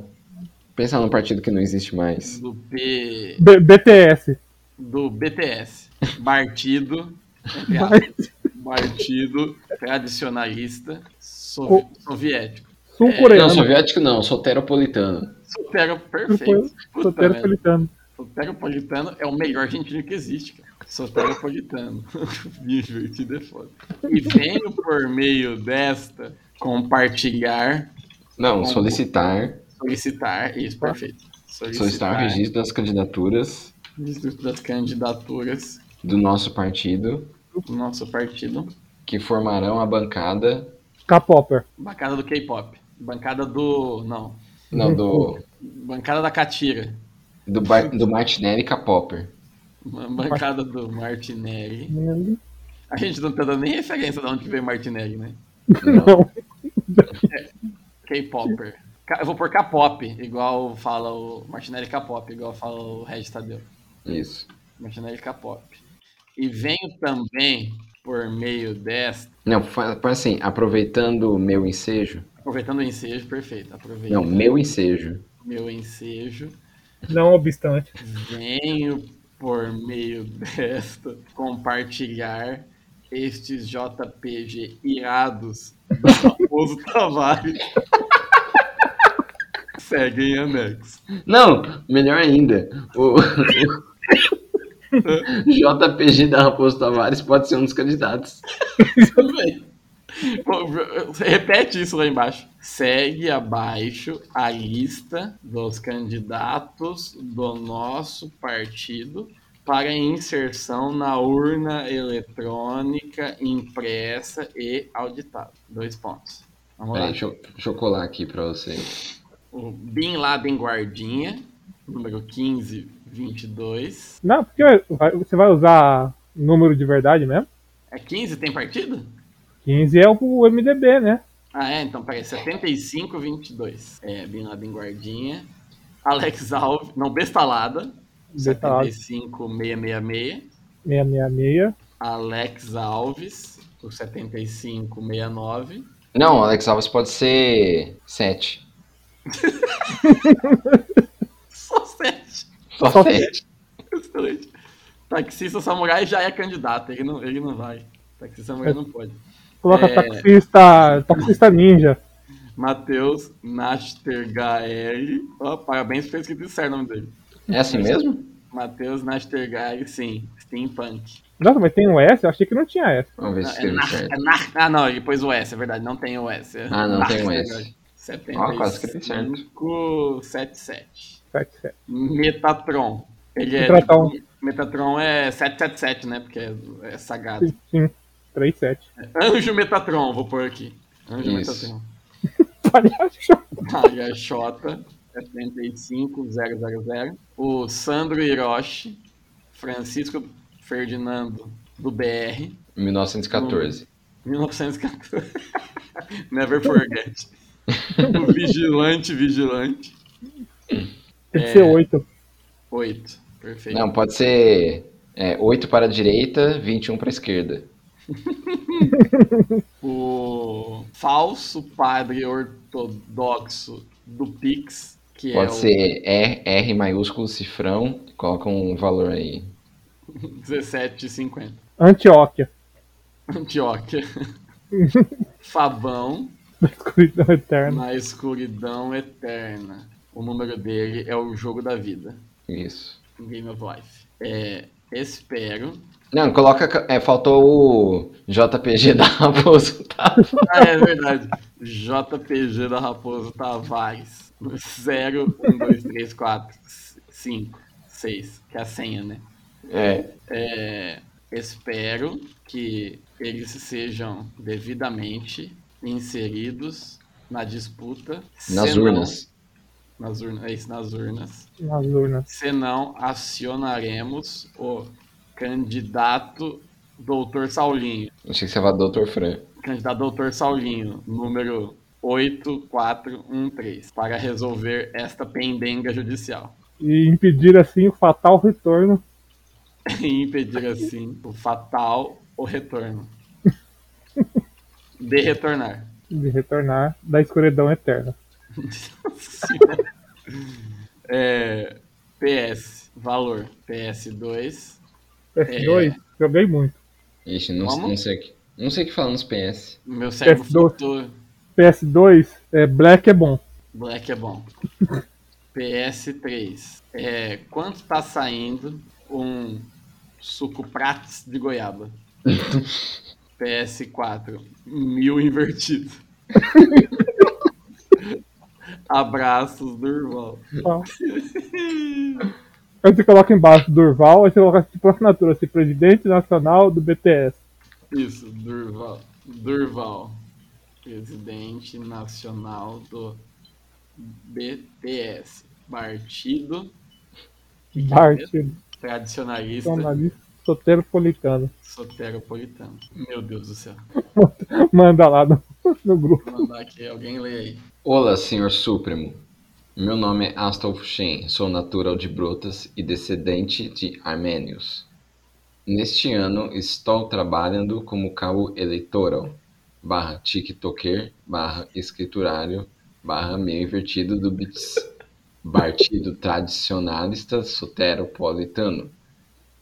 Pensar num partido que não existe mais. Do P. B- BTS. do BTS, partido, entre aspas, partido tradicionalista sovi- soviético. um Não, Sul-coreano. soviético não, soteropolitano. Sotero perfeito. Puta Sotero merda. Pelitano. Soteropolitano é o melhor argentino que existe, cara. Soteropolitano. Divertido é foda. E venho por meio desta compartilhar, Não, solicitar. solicitar, isso, perfeito. Solicitar o registro das candidaturas registro das candidaturas do nosso partido, do nosso partido que formarão a bancada. K-Popper. Bancada do K-pop. Bancada do. Não. Não, do. Bancada da Catira. Do, Bar- do Martinelli Capopper. Bancada do Martinelli. A gente não tá dando nem referência de onde que veio Martinelli, né? Não. K-popper. Ca- Eu vou pôr K-pop, igual fala o Martinelli K-pop, igual fala o Regis Tadeu. Isso. Martinelli K-pop. E venho também por meio desta. Não, fa- fa- assim, aproveitando o meu ensejo. Aproveitando o ensejo, perfeito. Aproveitando Não, meu ensejo. meu ensejo. Não obstante. Venho por meio desta compartilhar estes JPG irados do famoso Tavares. Segue em anexo. Não, melhor ainda. O JPG da Raposo Tavares pode ser um dos candidatos. Tudo bem. Bom, Repete isso lá embaixo. Segue abaixo a lista dos candidatos do nosso partido para inserção na urna eletrônica impressa e auditada. Dois pontos. Vamos lá. Peraí, deixa, eu- deixa eu colar aqui pra você. O Bin Laden Guardinha, número 1522. Não, porque vai- você vai usar número de verdade mesmo? É 15? Tem partido? 15 é o MDB, né? Ah, é? Então, peraí. 75, 22. É, Bin Laden Guardinha. Alex Alves. Não, Bestalada. é Detalhe 75, 666. 666. Alex Alves. O 75, 69. Não, Alex Alves pode ser 7. Só 7. Só Só 7. Excelente. Taxista Samurai já é candidato. Ele não, ele não vai. Taxista Samurai não pode. Coloca É. taxista, taxista ninja. Matheus Naster HL. Ó, parabéns pra eles que disseram o nome dele. É assim mesmo? Matheus Naster HL, sim. Steampunk. Nossa, mas tem um S? Eu achei que não tinha S. Vamos ver se É escrevi na- certo. é na- ah, não, ele pôs o S, é verdade. Não tem o S. é Ah, não tem o Naster S. HL. Ó, quase escrevi certo. 7577. 77. Metatron. Ele é, Metatron. Metatron é 777, né? Porque é, é sagado. Sim, sim. 37. Anjo Metatron, vou pôr aqui. Anjo Isso. Metatron. é Palhaço. Maria Xota, 75000. O Sandro Hiroshi, Francisco Ferdinando do BR, 1914. 1914. Never forget. O Vigilante Vigilante, Tem que ser 8. 8. Perfeito. Não, pode ser é, 8 para a direita, 21 para a esquerda. O falso padre ortodoxo do Pix, que Pode é ser R, R maiúsculo, cifrão, coloca um valor aí. o 1750. Antioquia. Antioquia. Fabão. Da escuridão eterna. Na escuridão eterna. O número dele é o jogo da vida. Isso. Game of Life. É, espero. Não, coloca. é, faltou o JPG da Raposo. Tá? Ah, é verdade. JPG da Raposo Tavares. um, 0, 1, 2, 3, 4, 5, 6. Que é a senha, né? É. É, espero que eles sejam devidamente inseridos na disputa. Nas senão- urnas. Nas urnas. É isso, nas urnas. Nas urnas. senão acionaremos o candidato Doutor Saulinho. Achei que você ia Doutor Fran. Candidato Doutor Saulinho, número 8413, para resolver esta pendenga judicial. E impedir assim o fatal retorno. E impedir assim o fatal o retorno. De retornar. De retornar da escuridão eterna. É, PS, valor. PS2. PS2, joguei muito. Ixi, não, Como? não sei o que. Não sei o que falar nos PS. Meu cérebro PS2. flutua. PS2, é, Black é bom. Black é bom. PS3. É, quanto tá saindo um suco prates de goiaba? PS4. Mil invertido. Abraços, Durval. Tá. Aí você coloca embaixo Durval, aí você coloca tipo assinatura, assim, presidente nacional do BTS. Isso, Durval. Durval. Presidente nacional do BTS. Partido Partido tradicionalista Jornalista Soteropolitano. soteropolitano. Meu Deus do céu. Manda lá no, no grupo. Vou mandar aqui, alguém lê aí. Olá, senhor Supremo. Meu nome é Astolfo Shen, sou natural de Brotas e descendente de armênios. Neste ano estou trabalhando como cabo eleitoral, barra tiktoker, barra escriturário, barra meio invertido do BITS, partido tradicionalista soteropolitano,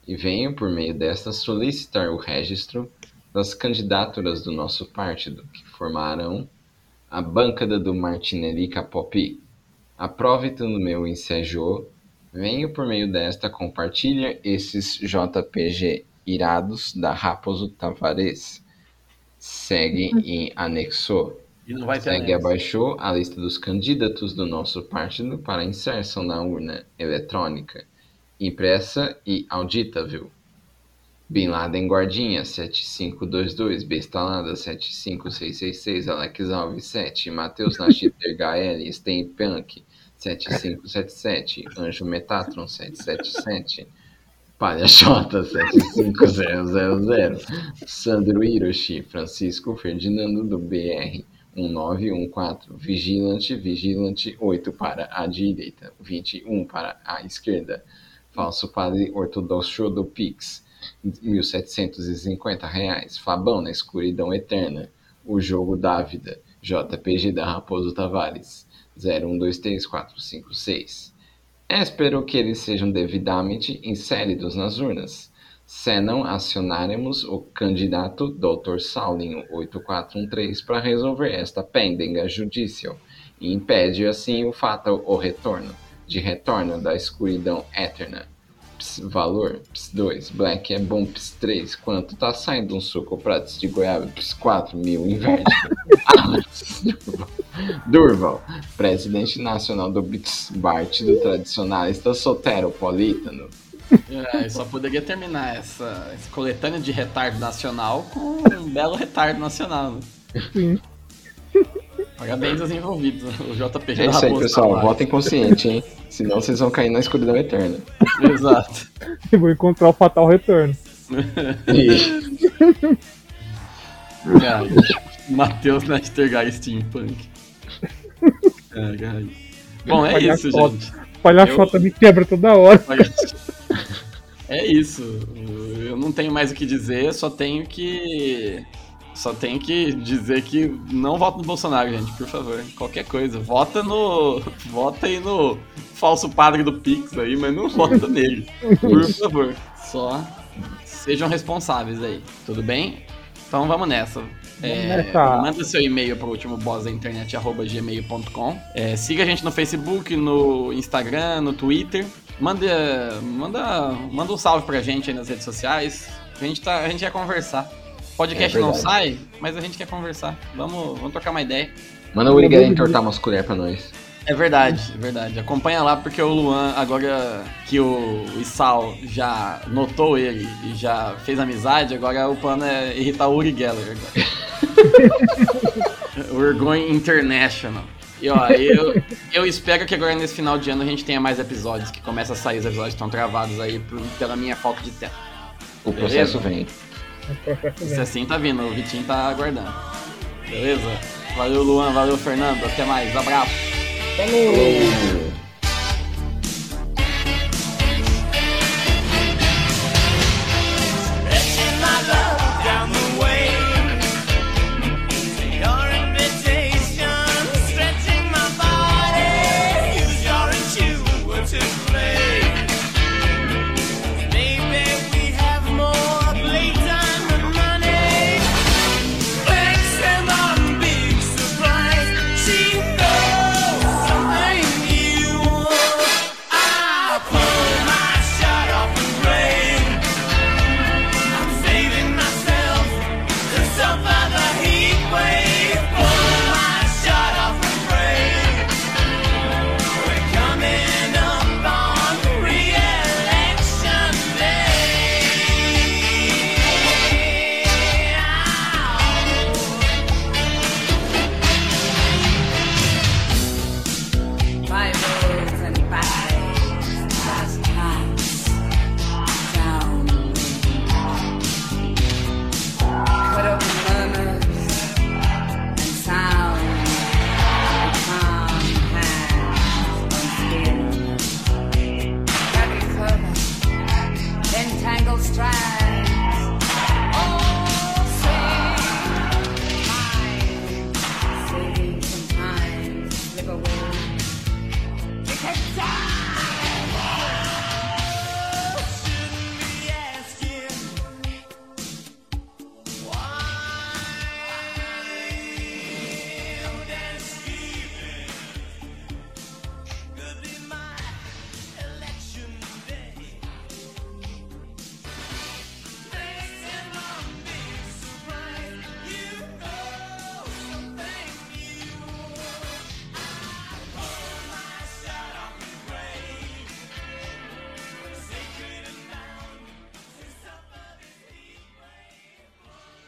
e venho por meio desta solicitar o registro das candidaturas do nosso partido, que formarão a bancada do Martinelli Capopi. Aproveito no meu ensejo, venho por meio desta compartilha esses JPG irados da Raposo Tavares. Segue em anexo. E não vai ter Segue anexo. abaixo a lista dos candidatos do nosso partido para inserção na urna eletrônica, impressa e auditável. Bin Laden Guardinha 7522, Bestalada 75666, Alex Alves 7, Matheus Nachiter HL, Steampunk 7577, Anjo Metatron 777, Palhaçota 75000, Sandro Hiroshi, Francisco Ferdinando do BR 1914, Vigilante, Vigilante 8 para a direita, 21 para a esquerda, Falso Padre Ortodoxo do Pix, R$ 1.750, reais, Fabão na Escuridão Eterna, O Jogo Dávida, JPG da Raposo Tavares, 0123456. Espero que eles sejam devidamente inseridos nas urnas, se não acionaremos o candidato Dr. Saulinho 8413 para resolver esta pendenga judicial e impede assim o fatal o retorno, de retorno da escuridão eterna. Ps, valor, ps 2, black é bom, ps 3, quanto tá saindo um suco pratos de goiaba, ps 4 mil, inverte. Ah, ps, Durval. Durval, presidente nacional do Bix, partido tradicionalista soteropolitano. É, só poderia terminar essa, essa coletânea de retardo nacional com um belo retardo nacional. né? Sim. Parabéns aos envolvidos. O JPG da É isso aí, Raposa pessoal. Tavares. Votem consciente, hein? Senão vocês vão cair na escuridão eterna. Exato. Eu vou encontrar o Fatal Retorno. E Cara, É, Matheus Nastergai Steampunk. Caralho. Bom, é Olha isso, a foto. gente. Palhaçota me quebra toda hora. Olha. É isso. Eu não tenho mais o que dizer, só tenho que. Só tenho que dizer que não vota no Bolsonaro, gente, por favor. Qualquer coisa. Vota no. Vota aí no falso padre do Pix aí, mas não vota nele. Por favor. Só sejam responsáveis aí. Tudo bem? Então vamos nessa. É, Tá. nessa. Manda seu e-mail para o último boss da internet, arroba gmail.com. É, siga a gente no Facebook, no Instagram, no Twitter. Manda, manda, manda um salve pra gente aí nas redes sociais. A gente, tá, a gente quer conversar. Podcast É não verdade. sai, mas a gente quer conversar. Vamos, vamos trocar uma ideia. Manda o Uriga entortar umas colheres pra nós. É verdade, é verdade. Acompanha lá porque o Luan, agora que o Isal já notou ele e já fez amizade, agora o plano é irritar o Uri Geller agora. Urgon International. E ó, eu, eu espero que agora nesse final de ano a gente tenha mais episódios, que começa a sair, os episódios estão travados aí por- pela minha falta de tempo. O processo vem. Se assim tá vindo, o Vitinho tá aguardando. Beleza? Valeu, Luan, valeu, Fernando, até mais, abraço. Falou! Valeu.